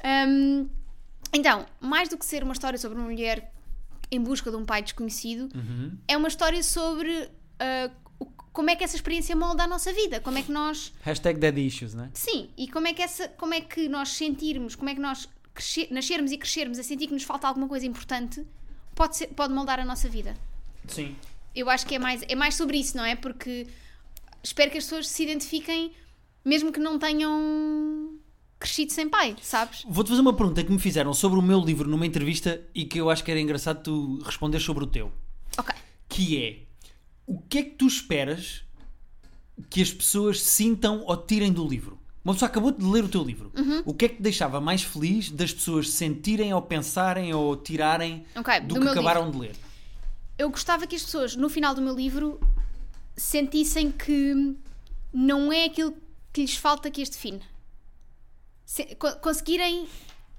[SPEAKER 2] Hum, então, mais do que ser uma história sobre uma mulher em busca de um pai desconhecido,
[SPEAKER 1] Uhum.
[SPEAKER 2] é uma história sobre ah, o- como é que essa experiência molda a nossa vida, como é que nós.
[SPEAKER 1] Hashtag dead issues, né?
[SPEAKER 2] Sim, e como é que, essa, como é que nós sentirmos, como é que nós crescer, nascermos e crescermos a sentir que nos falta alguma coisa importante, pode, ser, pode moldar a nossa vida.
[SPEAKER 1] Sim.
[SPEAKER 2] Eu acho que é mais, é mais sobre isso, não é? Porque espero que as pessoas se identifiquem, mesmo que não tenham crescido sem pai, sabes?
[SPEAKER 1] Vou-te fazer uma pergunta que me fizeram sobre o meu livro numa entrevista e que eu acho que era engraçado tu responder sobre o teu.
[SPEAKER 2] Ok.
[SPEAKER 1] Que é, o que é que tu esperas que as pessoas sintam ou tirem do livro? Uma pessoa acabou de ler o teu livro.
[SPEAKER 2] Uhum.
[SPEAKER 1] O que é que te deixava mais feliz das pessoas sentirem ou pensarem ou tirarem
[SPEAKER 2] Ok,
[SPEAKER 1] do,
[SPEAKER 2] do
[SPEAKER 1] que
[SPEAKER 2] meu
[SPEAKER 1] acabaram de ler?
[SPEAKER 2] Eu gostava que as pessoas, no final do meu livro, sentissem que não é aquilo que lhes falta que as define. Se- co- conseguirem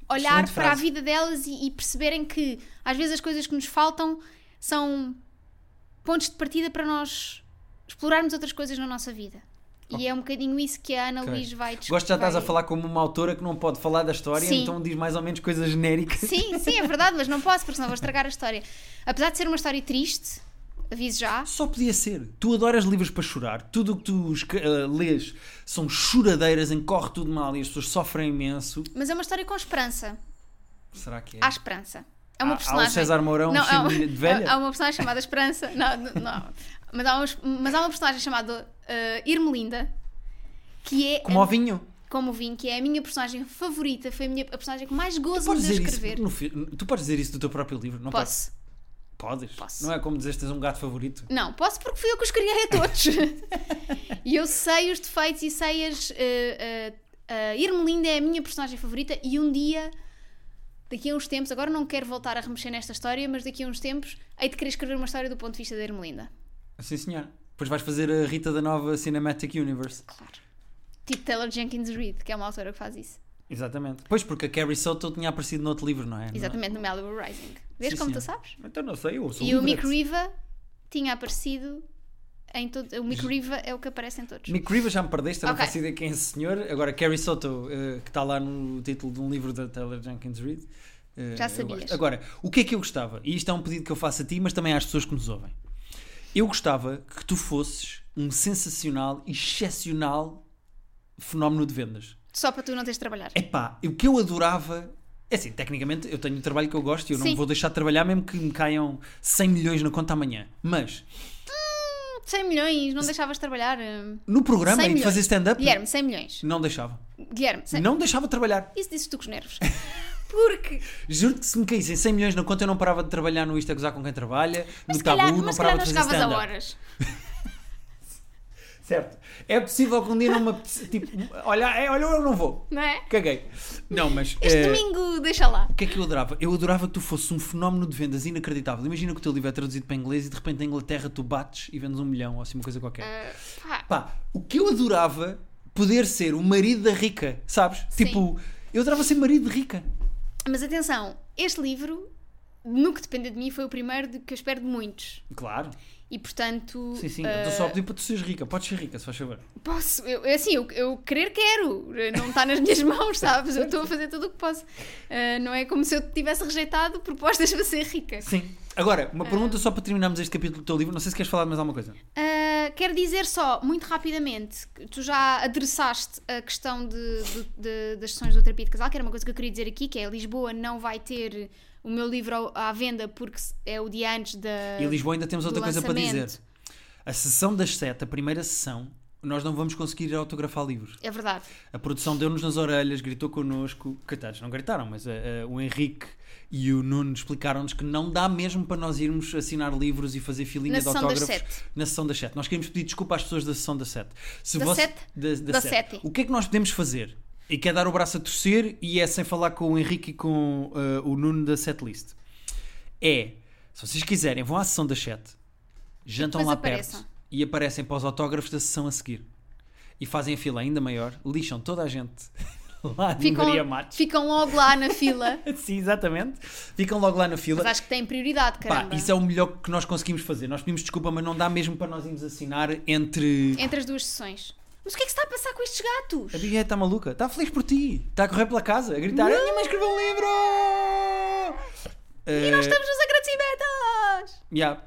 [SPEAKER 2] olhar
[SPEAKER 1] Excelente
[SPEAKER 2] para a
[SPEAKER 1] frase.
[SPEAKER 2] vida delas e, e perceberem que às vezes as coisas que nos faltam são pontos de partida para nós explorarmos outras coisas na nossa vida. E é um bocadinho isso que a Ana
[SPEAKER 1] Ok.
[SPEAKER 2] Luís vai discutir.
[SPEAKER 1] Gosto já estás a falar como uma autora que não pode falar da história,
[SPEAKER 2] Sim.
[SPEAKER 1] então diz mais ou menos coisas genéricas.
[SPEAKER 2] Sim, sim, é verdade, mas não posso, porque senão vou estragar a história. Apesar de ser uma história triste, aviso já.
[SPEAKER 1] Só podia ser. Tu adoras livros para chorar. Tudo o que tu escre- eh, lês são choradeiras em que corre tudo mal e as pessoas sofrem imenso.
[SPEAKER 2] Mas é uma história com esperança.
[SPEAKER 1] Será que é?
[SPEAKER 2] Há esperança. É uma
[SPEAKER 1] Há- há o
[SPEAKER 2] personagem.
[SPEAKER 1] César Mourão
[SPEAKER 2] Não, há, um-
[SPEAKER 1] de velha?
[SPEAKER 2] há uma personagem chamada Esperança. Não, não. não. Mas, há uns- mas há uma personagem chamada eh, Irmelinda, que é.
[SPEAKER 1] Como ao vinho.
[SPEAKER 2] como o vinho, que é a minha personagem favorita. Foi a, minha, a personagem que mais
[SPEAKER 1] Tu
[SPEAKER 2] gozo me
[SPEAKER 1] podes,
[SPEAKER 2] de
[SPEAKER 1] dizer
[SPEAKER 2] é escrever.
[SPEAKER 1] isso no fi- tu podes dizer isso do teu próprio livro, não podes?
[SPEAKER 2] Posso.
[SPEAKER 1] Podes.
[SPEAKER 2] Posso.
[SPEAKER 1] Não é como dizer que tens um gato favorito.
[SPEAKER 2] Não, posso porque fui eu que os criei a todos. e eu sei os defeitos e sei as, eh, eh, Uh, Irmelinda é a minha personagem favorita e um dia, daqui a uns tempos, agora não quero voltar a remexer nesta história, mas daqui a uns tempos, hei de querer escrever uma história do ponto de vista da Irmelinda.
[SPEAKER 1] Sim, senhor. Depois vais fazer a Rita da nova Cinematic Universe.
[SPEAKER 2] Claro. Tipo Taylor Jenkins Reid, que é uma autora que faz isso.
[SPEAKER 1] Exatamente. Pois, porque a Carrie Soto tinha aparecido noutro livro, não é? Não-
[SPEAKER 2] Exatamente, no Malibu Rising. Vês
[SPEAKER 1] Sim,
[SPEAKER 2] como tu
[SPEAKER 1] senhora.
[SPEAKER 2] sabes?
[SPEAKER 1] Então não sei, eu sou
[SPEAKER 2] E o Mick
[SPEAKER 1] livre-te.
[SPEAKER 2] Riva tinha aparecido em todo. O Mick Riva é o que aparece em todos.
[SPEAKER 1] Mick Riva já me perdeste, eu não
[SPEAKER 2] Ok.
[SPEAKER 1] faço ideia quem é esse senhor. Agora, Carrie Soto, eh, que está lá no título de um livro da Taylor Jenkins Reid. eh,
[SPEAKER 2] Já
[SPEAKER 1] eu
[SPEAKER 2] sabias.
[SPEAKER 1] gosto. Agora, o que é que eu gostava? E isto é um pedido que eu faço a ti, mas também às pessoas que nos ouvem. Eu gostava que tu fosses um sensacional, excepcional fenómeno de vendas.
[SPEAKER 2] Só para tu não teres de trabalhar.
[SPEAKER 1] Epá, o que eu adorava. É assim, tecnicamente eu tenho o trabalho que eu gosto e eu
[SPEAKER 2] Sim.
[SPEAKER 1] não vou deixar de trabalhar mesmo que me caiam 100 milhões na conta amanhã. Mas,
[SPEAKER 2] 100 Hum, milhões, não deixavas de trabalhar. hum,
[SPEAKER 1] no programa
[SPEAKER 2] 100
[SPEAKER 1] em que
[SPEAKER 2] milhões.
[SPEAKER 1] fazer stand-up,
[SPEAKER 2] Guilherme, 100 milhões.
[SPEAKER 1] não deixava.
[SPEAKER 2] Guilherme, 100...
[SPEAKER 1] Não deixava de trabalhar.
[SPEAKER 2] Isso disse tu com os nervos. Porque.
[SPEAKER 1] Juro que se me caíssem 100 milhões na conta, eu não parava de trabalhar no Isto é Gozar com quem trabalha,
[SPEAKER 2] Mas
[SPEAKER 1] no
[SPEAKER 2] se
[SPEAKER 1] Tabu,
[SPEAKER 2] calhar,
[SPEAKER 1] não
[SPEAKER 2] mas se
[SPEAKER 1] parava
[SPEAKER 2] calhar não
[SPEAKER 1] de
[SPEAKER 2] chegavas
[SPEAKER 1] fazer
[SPEAKER 2] a
[SPEAKER 1] stand-up.
[SPEAKER 2] horas.
[SPEAKER 1] Certo. É possível que um dia não me apetece- tipo, olha, é, olha, eu não vou.
[SPEAKER 2] Não é?
[SPEAKER 1] Caguei. Não, mas.
[SPEAKER 2] Este
[SPEAKER 1] eh,
[SPEAKER 2] domingo, deixa lá.
[SPEAKER 1] O que é que eu adorava? Eu adorava que tu fosses um fenómeno de vendas inacreditável. Imagina que o teu livro é traduzido para inglês e de repente na Inglaterra tu bates e vendes um milhão ou assim uma coisa qualquer.
[SPEAKER 2] Ah, pá,
[SPEAKER 1] Pá, o que eu adorava poder ser o marido da rica, sabes?
[SPEAKER 2] Sim.
[SPEAKER 1] Tipo, eu adorava ser marido de rica.
[SPEAKER 2] Mas atenção, este livro, no que depende de mim, foi o primeiro de- que eu espero de muitos.
[SPEAKER 1] Claro.
[SPEAKER 2] E portanto.
[SPEAKER 1] Sim, sim.
[SPEAKER 2] ah,
[SPEAKER 1] Eu estou só a pedir para tu seres rica. Podes ser rica, se faz favor.
[SPEAKER 2] Posso, eu, eu, assim, eu, eu querer quero, não está nas minhas mãos, sabes? Eu estou a fazer tudo o que posso. Ah, não é como se eu tivesse rejeitado propostas para ser rica.
[SPEAKER 1] Sim. Agora, uma pergunta só para terminarmos este capítulo do teu livro. Não sei se queres falar de mais alguma coisa.
[SPEAKER 2] Ah, quero dizer só, muito rapidamente, que tu já adressaste a questão de- de- de- das sessões do terapia de casal, que era uma coisa que eu queria dizer aqui, que é Lisboa não vai ter o meu livro ao- à venda porque se- é o dia antes da...
[SPEAKER 1] E em Lisboa ainda temos outra
[SPEAKER 2] Ah, do
[SPEAKER 1] coisa para dizer.
[SPEAKER 2] lançamento.
[SPEAKER 1] A sessão das sete, a primeira sessão, nós não vamos conseguir autografar livros.
[SPEAKER 2] É verdade.
[SPEAKER 1] A produção deu-nos nas orelhas, gritou connosco. Coitados, não gritaram, mas eh, eh, o Henrique e o Nuno explicaram-nos que não dá mesmo para nós irmos assinar livros e fazer filinha
[SPEAKER 2] Na
[SPEAKER 1] de
[SPEAKER 2] sessão das
[SPEAKER 1] autógrafos
[SPEAKER 2] sete.
[SPEAKER 1] na sessão das 7. Nós queremos pedir desculpa às pessoas da sessão das 7. Se
[SPEAKER 2] Da
[SPEAKER 1] você-
[SPEAKER 2] sete?
[SPEAKER 1] Da,
[SPEAKER 2] Da
[SPEAKER 1] sete.
[SPEAKER 2] sete.
[SPEAKER 1] O que é que nós podemos fazer? E quer dar o braço a torcer e é sem falar com o Henrique e com eh, o Nuno da setlist. É, se vocês quiserem, vão à sessão das 7, jantam
[SPEAKER 2] Depois
[SPEAKER 1] lá
[SPEAKER 2] apareçam.
[SPEAKER 1] perto e aparecem para os autógrafos da sessão a seguir e fazem a fila ainda maior, lixam toda a gente lá de
[SPEAKER 2] Ficam,
[SPEAKER 1] Maria Matos.
[SPEAKER 2] ficam logo lá na fila,
[SPEAKER 1] Sim, exatamente. Ficam logo lá na fila.
[SPEAKER 2] mas acho que têm prioridade,
[SPEAKER 1] Pá,
[SPEAKER 2] caramba.
[SPEAKER 1] isso é o melhor que nós conseguimos fazer. Nós pedimos desculpa, mas não dá mesmo para nós irmos assinar entre.
[SPEAKER 2] Entre as duas sessões. Mas o que é que se está a passar com estes gatos?
[SPEAKER 1] um- A Bia está maluca, está feliz por ti, está a correr pela casa, a gritar: A minha mãe escreveu um livro! Eh,
[SPEAKER 2] E nós estamos nos agradecimentos!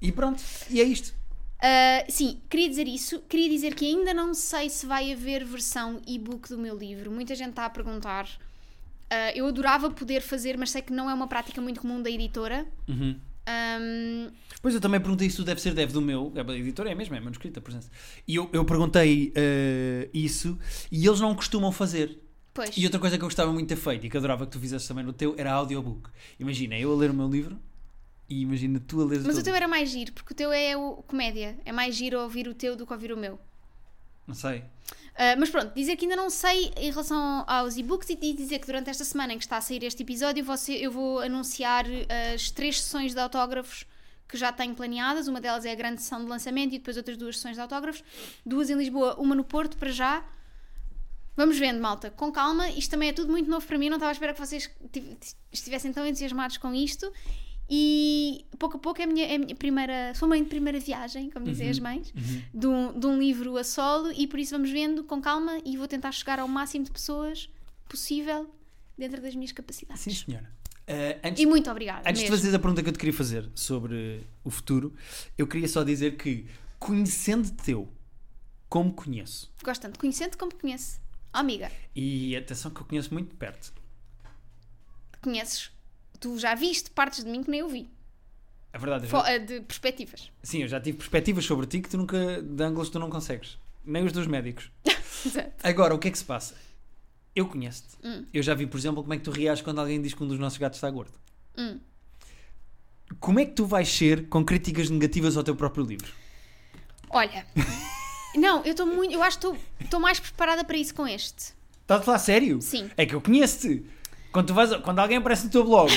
[SPEAKER 1] E pronto, e é isto.
[SPEAKER 2] Uh, sim, queria dizer isso. Queria dizer que ainda não sei se vai haver versão e-book do meu livro. Muita gente está a perguntar. Uh, eu adorava poder fazer, mas sei que não é uma prática muito comum da editora. Um,
[SPEAKER 1] Pois eu também perguntei se o deve ser deve do meu. A editora é a mesma, é manuscrita, por exemplo. E eu, eu perguntei eh, isso e eles não costumam fazer.
[SPEAKER 2] pois.
[SPEAKER 1] E outra coisa que eu gostava muito de ter feito e que adorava que tu fizesses também no teu era audiobook. Imagina eu a ler o meu livro e imagina tu a ler
[SPEAKER 2] Mas o teu
[SPEAKER 1] teu livro.
[SPEAKER 2] era mais giro, porque o teu é o comédia. É mais giro ouvir o teu do que ouvir o meu. é
[SPEAKER 1] Não sei.
[SPEAKER 2] Uh, mas pronto, dizer que ainda não sei em relação aos e-books e e dizer que durante esta semana em que está a sair este episódio você, eu vou anunciar ah, as três sessões de autógrafos que já tenho planeadas. Uma delas é a grande sessão de lançamento e depois outras duas sessões de autógrafos. Duas em Lisboa, uma no Porto, para já. Vamos vendo, malta, com calma. Isto também é tudo muito novo para mim. Não estava à espera que vocês tiv- estivessem tão entusiasmados com isto. E pouco a pouco é a minha, é a minha primeira. Sou mãe de primeira viagem, como dizem
[SPEAKER 1] Uhum.
[SPEAKER 2] as mães, de, um, de um livro a solo. E por isso vamos vendo com calma e vou tentar chegar ao máximo de pessoas possível dentro das minhas capacidades.
[SPEAKER 1] Sim, senhora. Eh, antes
[SPEAKER 2] E muito obrigada.
[SPEAKER 1] Antes de
[SPEAKER 2] mesmo.
[SPEAKER 1] fazeres a pergunta que eu te queria fazer sobre eh, o futuro, eu queria só dizer que, conhecendo teu, como conheço,
[SPEAKER 2] Gosto tanto. Conhecendo como te conheço. Oh, amiga,
[SPEAKER 1] e atenção que eu conheço muito de perto,
[SPEAKER 2] te conheces. Tu já viste partes de mim que nem eu vi.
[SPEAKER 1] a verdade é
[SPEAKER 2] Fo- eh, de perspectivas.
[SPEAKER 1] sim, eu já tive perspectivas sobre ti que tu nunca, de ângulos que tu não consegues, nem os dos médicos.
[SPEAKER 2] Exato.
[SPEAKER 1] Agora, o que é que se passa? Eu conheço-te. Eu já vi, por exemplo, como é que tu reages quando alguém diz que um dos nossos gatos está gordo.
[SPEAKER 2] Hum.
[SPEAKER 1] Como é que tu vais ser com críticas negativas ao teu próprio livro?
[SPEAKER 2] Olha, não, eu estou muito. Eu acho que estou mais preparada para isso com este.
[SPEAKER 1] Estás a falar sério?
[SPEAKER 2] Sim.
[SPEAKER 1] É que eu conheço-te. Quando, tu vais, quando alguém aparece no teu blog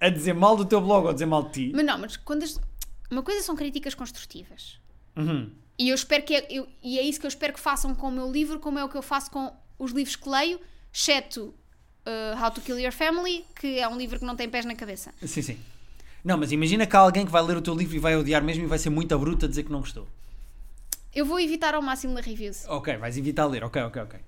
[SPEAKER 1] a dizer mal do teu blog ou a dizer mal de ti,
[SPEAKER 2] Mas não, mas quando as- uma coisa são críticas construtivas.
[SPEAKER 1] uhum,
[SPEAKER 2] E eu espero que é, eu- e é isso que eu espero que façam com o meu livro, como é o que eu faço com os livros que leio, exceto uh, How to Kill Your Family, que é um livro que não tem pés na cabeça.
[SPEAKER 1] sim, sim. Não, mas imagina que há alguém que vai ler o teu livro e vai odiar mesmo e vai ser muito bruta a dizer que não gostou.
[SPEAKER 2] Eu vou evitar ao máximo ler reviews.
[SPEAKER 1] Ok, vais evitar ler. Ok, ok, ok.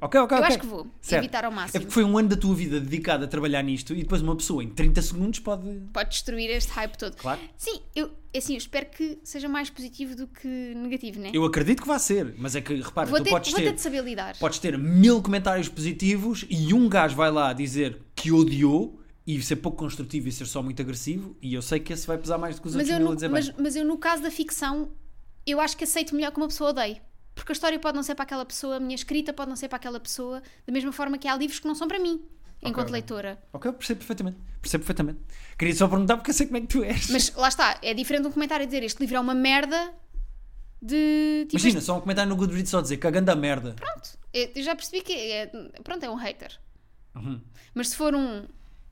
[SPEAKER 1] Ok, ok,
[SPEAKER 2] Eu
[SPEAKER 1] ok.
[SPEAKER 2] acho que vou
[SPEAKER 1] Certo.
[SPEAKER 2] evitar ao
[SPEAKER 1] É
[SPEAKER 2] máximo.
[SPEAKER 1] porque foi um ano da tua vida dedicado a trabalhar nisto e depois uma pessoa em 30 segundos pode.
[SPEAKER 2] Pode destruir este hype todo.
[SPEAKER 1] Claro.
[SPEAKER 2] Sim, eu, assim, eu espero que seja mais positivo do que negativo, né?
[SPEAKER 1] Eu acredito que vai ser, mas é que repara,
[SPEAKER 2] vou
[SPEAKER 1] tu
[SPEAKER 2] ter,
[SPEAKER 1] podes
[SPEAKER 2] vou ter
[SPEAKER 1] ter,
[SPEAKER 2] de saber lidar.
[SPEAKER 1] podes ter mil comentários positivos e um gajo vai lá dizer que odiou e ser pouco construtivo e ser só muito agressivo e eu sei que esse vai pesar mais do que os
[SPEAKER 2] Mas eu,
[SPEAKER 1] outros mil a
[SPEAKER 2] no,
[SPEAKER 1] dizer
[SPEAKER 2] mas,
[SPEAKER 1] bem.
[SPEAKER 2] mas eu, no caso da ficção, eu acho que aceito melhor que uma pessoa odeie. Porque a história pode não ser para aquela pessoa, a minha escrita pode não ser para aquela pessoa, da mesma forma que há livros que não são para mim, enquanto
[SPEAKER 1] ok.
[SPEAKER 2] leitora.
[SPEAKER 1] Ok, eu percebo perfeitamente. Percebo perfeitamente. Queria só perguntar porque eu sei como é que tu és.
[SPEAKER 2] Mas lá está, é diferente um comentário dizer este livro é uma merda de tipo.
[SPEAKER 1] Imagina, só um comentário no Goodreads só dizer cagando a merda.
[SPEAKER 2] este- eu- eu já percebi que é, pronto, é um hater.
[SPEAKER 1] Uhum.
[SPEAKER 2] Mas se for um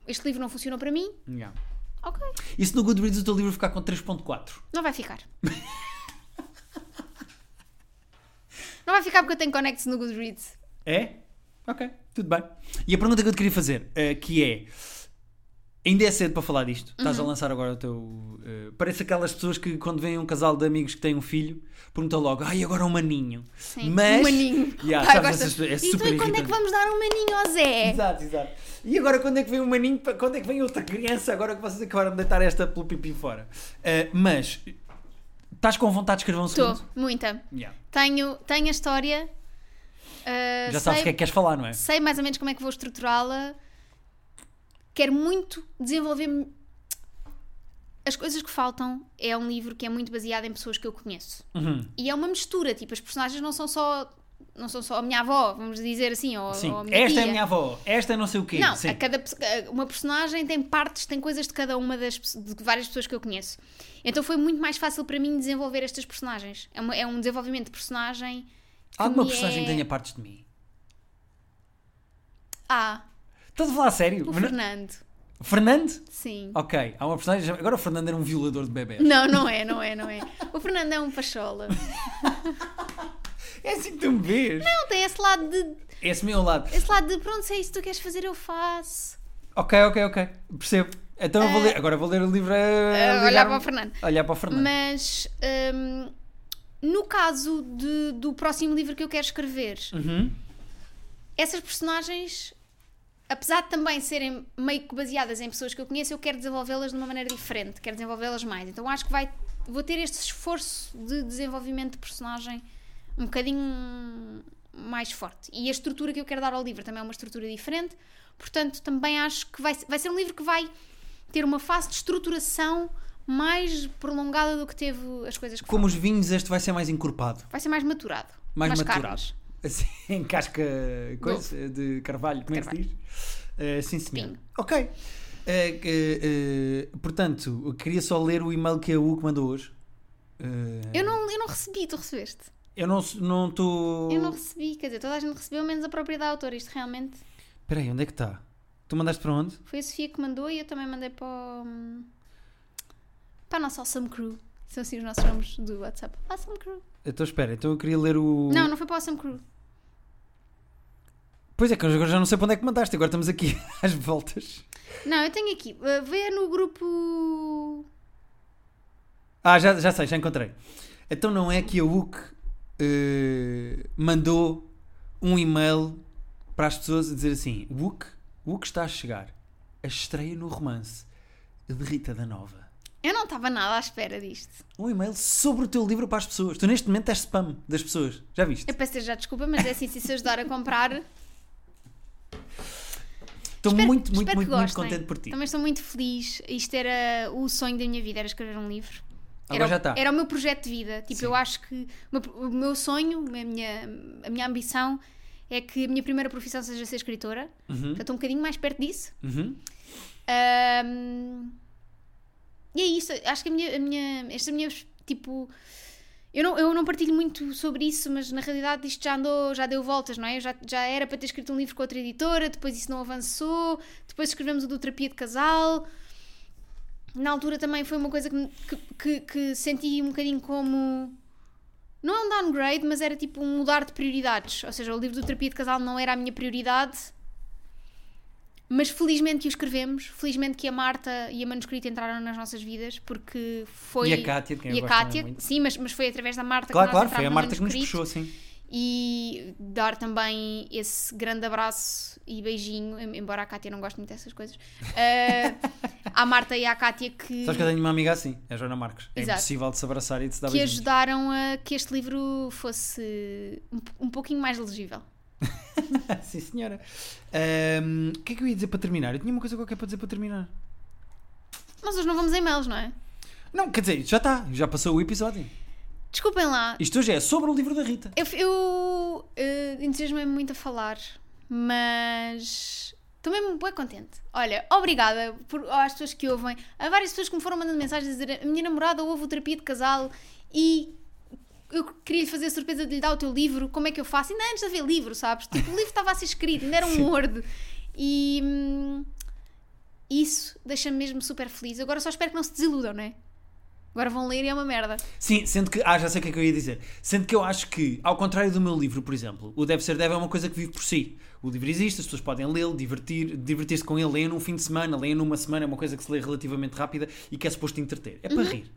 [SPEAKER 2] este livro não funcionou para mim,
[SPEAKER 1] Yeah.
[SPEAKER 2] ok,
[SPEAKER 1] E se no Goodreads o teu livro ficar com 3.4?
[SPEAKER 2] não vai ficar. não vai ficar porque eu tenho connects no Goodreads.
[SPEAKER 1] É? Ok, tudo bem. E a pergunta que eu te queria fazer, eh, que é. Ainda é cedo para falar disto. Estás
[SPEAKER 2] Uhum.
[SPEAKER 1] a lançar agora o teu. eh, parece aquelas pessoas que, quando vêem um casal de amigos que têm um filho, perguntam logo: ai, agora um maninho.
[SPEAKER 2] Sim,
[SPEAKER 1] Mas.
[SPEAKER 2] um maninho.
[SPEAKER 1] Yeah,
[SPEAKER 2] Pai,
[SPEAKER 1] sabes,
[SPEAKER 2] gosta-
[SPEAKER 1] essas pessoas- é
[SPEAKER 2] então,
[SPEAKER 1] super
[SPEAKER 2] e quando é
[SPEAKER 1] irritante.
[SPEAKER 2] que vamos dar um maninho ao Zé?
[SPEAKER 1] Exato, exato. E agora quando é que vem um maninho? pa- Quando é que vem outra criança? Agora que vocês acabaram de deitar esta pelo pipi fora. Eh, mas. Estás com vontade de escrever um
[SPEAKER 2] Estou,
[SPEAKER 1] segundo?
[SPEAKER 2] muita.
[SPEAKER 1] Yeah.
[SPEAKER 2] Tenho, tenho a história. uh,
[SPEAKER 1] Já sabes
[SPEAKER 2] sei,
[SPEAKER 1] o que é que queres falar, não é?
[SPEAKER 2] sei mais ou menos como é que vou estruturá-la. Quero muito desenvolver. As coisas que faltam é um livro que é muito baseado em pessoas que eu conheço.
[SPEAKER 1] Uhum.
[SPEAKER 2] E é uma mistura, tipo, as personagens não são só. Não são só a minha avó, vamos dizer assim, ou,
[SPEAKER 1] Sim.
[SPEAKER 2] ou a minha
[SPEAKER 1] Esta
[SPEAKER 2] tia.
[SPEAKER 1] é a minha avó. Esta é não sei o quê.
[SPEAKER 2] Não,
[SPEAKER 1] Sim.
[SPEAKER 2] a cada, pe- a- uma personagem tem partes, tem coisas de cada uma das pe- de várias pessoas que eu conheço. Então foi muito mais fácil para mim desenvolver estas personagens. É, uma- é um desenvolvimento de personagem. que
[SPEAKER 1] Alguma
[SPEAKER 2] me
[SPEAKER 1] personagem
[SPEAKER 2] é-
[SPEAKER 1] que tenha partes de mim?
[SPEAKER 2] Ah,
[SPEAKER 1] Estás a falar a sério?
[SPEAKER 2] o
[SPEAKER 1] Mas não- Ah.
[SPEAKER 2] Fernando.
[SPEAKER 1] Fernando?
[SPEAKER 2] Sim.
[SPEAKER 1] Ok, há uma personagem. Agora o Fernando era um violador de bebés.
[SPEAKER 2] Não, não é, não é, não é. O Fernando é um pachola.
[SPEAKER 1] É assim que tu me vês.
[SPEAKER 2] Não, tem esse lado de.
[SPEAKER 1] Esse meu lado.
[SPEAKER 2] Esse lado de pronto, se é isso que tu queres fazer, eu faço.
[SPEAKER 1] Ok, ok, ok. Percebo. Então eu vou ler. Agora vou ler o livro. A...
[SPEAKER 2] Ah, Eh, olhar
[SPEAKER 1] um
[SPEAKER 2] para o Fernando.
[SPEAKER 1] Olhar para o Fernando.
[SPEAKER 2] Mas hum, no caso de- do próximo livro que eu quero escrever,
[SPEAKER 1] Uhum.
[SPEAKER 2] essas personagens, apesar de também serem meio que baseadas em pessoas que eu conheço, eu quero desenvolvê-las de uma maneira diferente, quero desenvolvê-las mais. Então acho que vai, vou ter este esforço de desenvolvimento de personagem um bocadinho mais forte. E a estrutura que eu quero dar ao livro também é uma estrutura diferente, portanto também acho que vai, vai ser um livro que vai ter uma fase de estruturação mais prolongada do que teve as coisas que
[SPEAKER 1] Como
[SPEAKER 2] foram.
[SPEAKER 1] os vinhos, este vai ser mais encorpado.
[SPEAKER 2] Vai ser mais maturado.
[SPEAKER 1] Mais maturado.
[SPEAKER 2] carnes.
[SPEAKER 1] Assim, em casca coisa, de carvalho, como é que se
[SPEAKER 2] Carvalho.
[SPEAKER 1] diz? Eh, sim, senhor.
[SPEAKER 2] Espinho.
[SPEAKER 1] Ok. Eh, eh, eh, portanto, eu queria só ler o e-mail que a U que mandou hoje. Eh,
[SPEAKER 2] Eu não, eu não recebi, tu recebeste.
[SPEAKER 1] eu não estou. Não tô-
[SPEAKER 2] Eu não recebi, quer dizer, toda a gente recebeu, menos a própria da autora. Isto realmente
[SPEAKER 1] Espera aí, onde é que está? Tu mandaste para onde?
[SPEAKER 2] foi a Sofia que mandou e eu também mandei para, o- para a nossa Awesome Crew. São assim os nossos nomes do WhatsApp. Awesome Crew.
[SPEAKER 1] Então espera, então eu queria ler o.
[SPEAKER 2] Não, não foi para a Awesome Crew.
[SPEAKER 1] Pois é, que eu agora já não sei para onde é que mandaste, agora estamos aqui às voltas.
[SPEAKER 2] Não, eu tenho aqui. Uh, Vê no grupo.
[SPEAKER 1] Ah, já, já sei, já encontrei. Então não é que a UC eh, mandou um e-mail para as pessoas a dizer assim: UC, UC está a chegar. A estreia no romance de Rita da Nova.
[SPEAKER 2] Eu não estava nada à espera disto.
[SPEAKER 1] Um e-mail sobre o teu livro para as pessoas. Tu neste momento és spam das pessoas. Já viste?
[SPEAKER 2] Eu peço já desculpa, mas é assim, se isso ajudar a comprar.
[SPEAKER 1] Estou
[SPEAKER 2] espero-
[SPEAKER 1] muito, muito,
[SPEAKER 2] espero que
[SPEAKER 1] muito, muito
[SPEAKER 2] gostem.
[SPEAKER 1] contente por ti.
[SPEAKER 2] Também estou muito feliz. Isto era o sonho da minha vida, era escrever um livro.
[SPEAKER 1] Agora
[SPEAKER 2] era,
[SPEAKER 1] já
[SPEAKER 2] o-
[SPEAKER 1] está.
[SPEAKER 2] Era o meu projeto de vida. Tipo,
[SPEAKER 1] Sim.
[SPEAKER 2] eu acho que o meu- o meu sonho, a minha, a minha ambição é que a minha primeira profissão seja ser escritora.
[SPEAKER 1] Uhum,
[SPEAKER 2] Eu estou um bocadinho mais perto disso.
[SPEAKER 1] uhum.
[SPEAKER 2] Ahm, e é isso. Acho que a minha, a minha, esta minha, tipo, Eu não, eu não partilho muito sobre isso, mas na realidade isto já andou, já deu voltas, não é? Eu já, já era para ter escrito um livro com outra editora, depois isso não avançou, depois escrevemos o do Terapia de Casal. Na altura também foi uma coisa que, me- que, que- que senti um bocadinho como. Não é um downgrade, mas era tipo um mudar de prioridades. Ou seja, o livro do Terapia de Casal não era a minha prioridade, mas felizmente que o escrevemos, felizmente que a Marta e a manuscrita entraram nas nossas vidas, porque foi.
[SPEAKER 1] E a Cátia, de quem
[SPEAKER 2] E
[SPEAKER 1] eu
[SPEAKER 2] a
[SPEAKER 1] gosto também
[SPEAKER 2] Cátia,
[SPEAKER 1] muito.
[SPEAKER 2] sim, mas, mas foi através da Marta
[SPEAKER 1] Claro,
[SPEAKER 2] que nós
[SPEAKER 1] claro, foi a
[SPEAKER 2] entrámos no
[SPEAKER 1] Marta que nos
[SPEAKER 2] manuscrito.
[SPEAKER 1] puxou, sim.
[SPEAKER 2] E dar também esse grande abraço e beijinho, em- embora a Cátia não goste muito dessas coisas, eh, à Marta e à Cátia que,
[SPEAKER 1] Sabes que eu tenho uma amiga assim, é a Joana Marques. É
[SPEAKER 2] Exato.
[SPEAKER 1] impossível de se abraçar e de se dar
[SPEAKER 2] que
[SPEAKER 1] beijinhos.
[SPEAKER 2] ajudaram a que este livro fosse um, po- um pouquinho mais legível.
[SPEAKER 1] Sim, senhora. Ahm, O que é que eu ia dizer para terminar? Eu tinha uma coisa qualquer para dizer para terminar.
[SPEAKER 2] Mas hoje não vamos em mails, não é?
[SPEAKER 1] Não, quer dizer, já está, já passou o episódio.
[SPEAKER 2] Desculpem lá,
[SPEAKER 1] Isto hoje é sobre o livro da Rita.
[SPEAKER 2] eu, eu eh, entusiasmei-me muito a falar, mas estou mesmo bem contente. Olha, obrigada por, às pessoas que ouvem, a várias pessoas que me foram mandando mensagens a dizer a minha namorada ouve o terapia de casal e eu queria lhe fazer a surpresa de lhe dar o teu livro, como é que eu faço? Ainda antes de haver livro, sabes? Tipo, o livro estava a ser escrito, ainda era um
[SPEAKER 1] Sim.
[SPEAKER 2] Word. E hum, isso deixa-me mesmo super feliz. Agora só espero que não se desiludam, não é? Agora vão ler e é uma merda.
[SPEAKER 1] Sim, sendo que. Ah, já sei o que é que eu ia dizer. Sendo que eu acho que, ao contrário do meu livro, por exemplo, o Deve Ser Deve é uma coisa que vive por si. O livro existe, as pessoas podem lê-lo, divertir, divertir-se com ele, leem num fim de semana, leem numa semana, é uma coisa que se lê relativamente rápida e que é suposto entreter. É para rir.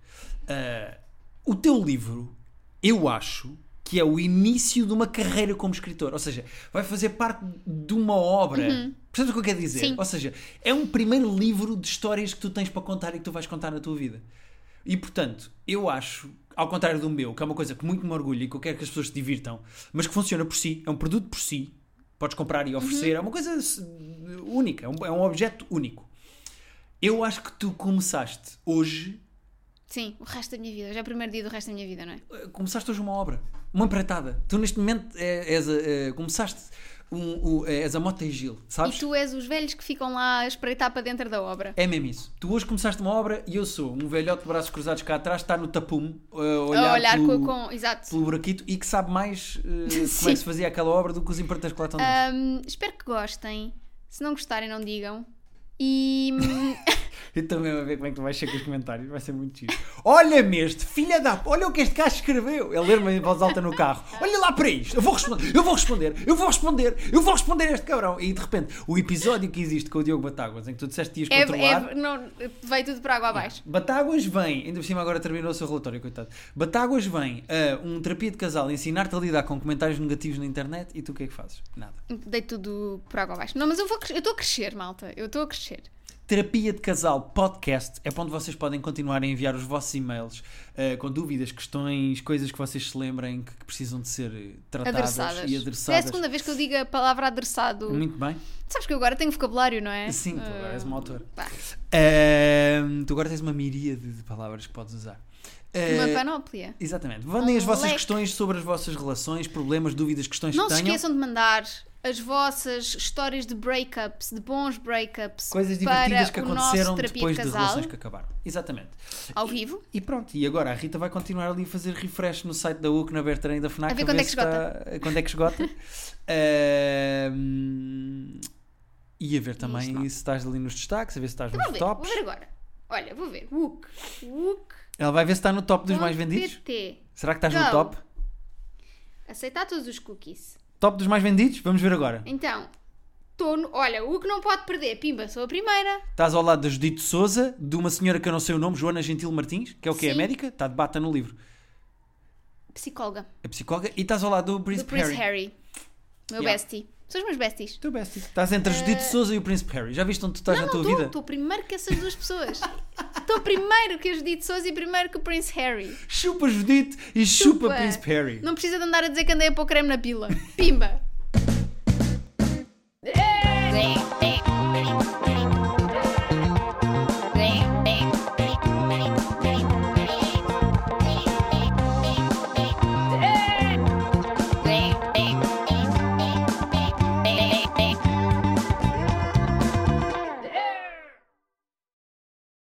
[SPEAKER 1] Ah, o teu livro, eu acho que é o início de uma carreira como escritor. Ou seja, vai fazer parte de uma obra. Percebes o que eu quero dizer?
[SPEAKER 2] Sim.
[SPEAKER 1] Ou seja, é um primeiro livro de histórias que tu tens para contar e que tu vais contar na tua vida. E portanto, eu acho, ao contrário do meu, que é uma coisa que muito me orgulha e que eu quero que as pessoas se divirtam, mas que funciona por si, é um produto por si, podes comprar e
[SPEAKER 2] Uhum.
[SPEAKER 1] oferecer, é uma coisa s- única, é um, é um objeto único. Eu acho que tu começaste hoje,
[SPEAKER 2] Sim, o resto da minha vida. Hoje é o primeiro dia do resto da minha vida, não é?
[SPEAKER 1] eh, começaste hoje uma obra, uma empreitada. Tu neste momento eh, és, a- eh, começaste um, o- eh, és a Mota e Gil, sabes?
[SPEAKER 2] E tu és os velhos que ficam lá a espreitar para dentro da obra.
[SPEAKER 1] É mesmo isso. Tu hoje começaste uma obra e eu sou um velhote de braços cruzados cá atrás, está no tapume eh, a olhar,
[SPEAKER 2] a olhar
[SPEAKER 1] pelo,
[SPEAKER 2] com, com- Exato.
[SPEAKER 1] pelo buraquito e que sabe mais eh, como é
[SPEAKER 2] Sim. Ah.
[SPEAKER 1] que se fazia aquela obra do que os importantes que lá estão dentro.
[SPEAKER 2] Ahm, Hum, espero que gostem. Se não gostarem, não digam. E. hum,
[SPEAKER 1] Eu também vou ver como é que tu vais chegar os comentários, vai ser muito giro. Olha-me este, filha da. Olha o que este gajo escreveu. Ele ler-me em voz alta no carro. Olha lá para isto, eu vou responder, eu vou responder, eu vou responder, eu vou responder a este cabrão. E de repente, o episódio que existe com o Diogo Batáguas, em que tu disseste que ias
[SPEAKER 2] é,
[SPEAKER 1] controlar.
[SPEAKER 2] é- não, veio tudo para água abaixo.
[SPEAKER 1] Batáguas vem, ainda por cima agora terminou o seu relatório, coitado. Batáguas vem a um terapia de casal ensinar-te a lidar com comentários negativos na internet e tu o que é que fazes? Nada.
[SPEAKER 2] Dei tudo para água abaixo. Não, mas eu vou cres- eu estou a crescer, malta. Eu estou a crescer.
[SPEAKER 1] Terapia de Casal Podcast é para onde vocês podem continuar a enviar os vossos e-mails eh, com dúvidas, questões, coisas que vocês se lembrem que, que precisam de ser eh, tratadas
[SPEAKER 2] Adressadas.
[SPEAKER 1] e
[SPEAKER 2] É a
[SPEAKER 1] adressadas.
[SPEAKER 2] segunda vez que eu digo a palavra adressado.
[SPEAKER 1] Muito bem.
[SPEAKER 2] Sabes que eu agora tenho vocabulário, não é?
[SPEAKER 1] Sim, tu agora és uma
[SPEAKER 2] Ah,
[SPEAKER 1] autora.
[SPEAKER 2] pá,
[SPEAKER 1] Ahm, Ehm, tu agora tens uma miríade de palavras que podes usar.
[SPEAKER 2] Uma
[SPEAKER 1] Eh,
[SPEAKER 2] panóplia.
[SPEAKER 1] Exatamente. Mandem as
[SPEAKER 2] Um
[SPEAKER 1] vossas
[SPEAKER 2] leque.
[SPEAKER 1] questões sobre as vossas relações, problemas, dúvidas, questões
[SPEAKER 2] Não
[SPEAKER 1] que
[SPEAKER 2] se
[SPEAKER 1] tenham.
[SPEAKER 2] esqueçam de mandar as vossas histórias de breakups, de bons breakups,
[SPEAKER 1] Coisas
[SPEAKER 2] para
[SPEAKER 1] divertidas que
[SPEAKER 2] o nosso
[SPEAKER 1] aconteceram
[SPEAKER 2] terapia
[SPEAKER 1] depois
[SPEAKER 2] de
[SPEAKER 1] das
[SPEAKER 2] casal,
[SPEAKER 1] relações que acabaram. Exatamente.
[SPEAKER 2] ao vivo.
[SPEAKER 1] E pronto, e agora a Rita vai continuar ali a fazer refresh no site da UC, na Bertrand e da FNAC.
[SPEAKER 2] A ver quando é que
[SPEAKER 1] se está- quando é que esgota. Ahm, E a ver também
[SPEAKER 2] isto não.
[SPEAKER 1] se estás ali nos destaques, a ver se estás
[SPEAKER 2] Vou
[SPEAKER 1] nos
[SPEAKER 2] ver,
[SPEAKER 1] tops.
[SPEAKER 2] vou ver agora. Olha, vou ver. Wook. Wook.
[SPEAKER 1] Ela vai ver se está no top dos mais vendidos.
[SPEAKER 2] PT.
[SPEAKER 1] Será que estás no
[SPEAKER 2] Go.
[SPEAKER 1] top?
[SPEAKER 2] Aceitar todos os cookies.
[SPEAKER 1] Top dos mais vendidos? Vamos ver agora.
[SPEAKER 2] Então, tô no- olha, o que não pode perder, pimba, sou a primeira.
[SPEAKER 1] Estás ao lado da Judite Souza, de uma senhora que eu não sei o nome, Joana Gentil Martins, que é o que é
[SPEAKER 2] Sim.
[SPEAKER 1] médica, está de bata no livro.
[SPEAKER 2] Psicóloga.
[SPEAKER 1] É psicóloga. E estás ao lado do Príncipe
[SPEAKER 2] do Prince
[SPEAKER 1] Harry.
[SPEAKER 2] Harry. Meu
[SPEAKER 1] Yeah.
[SPEAKER 2] bestie. São os meus besties.
[SPEAKER 1] Tu bestie. Estás entre Judite Souza e o Príncipe Harry. Já viste onde tu estás na tua
[SPEAKER 2] Eh, não,
[SPEAKER 1] vida?
[SPEAKER 2] estou primeiro que essas duas pessoas. Estou primeiro que a Judite Souza e primeiro que o Prince Harry.
[SPEAKER 1] Chupa Judite e chupa,
[SPEAKER 2] Chupa.
[SPEAKER 1] Príncipe Harry.
[SPEAKER 2] Não precisa de andar a dizer que andei a pôr creme na pila. Pimba!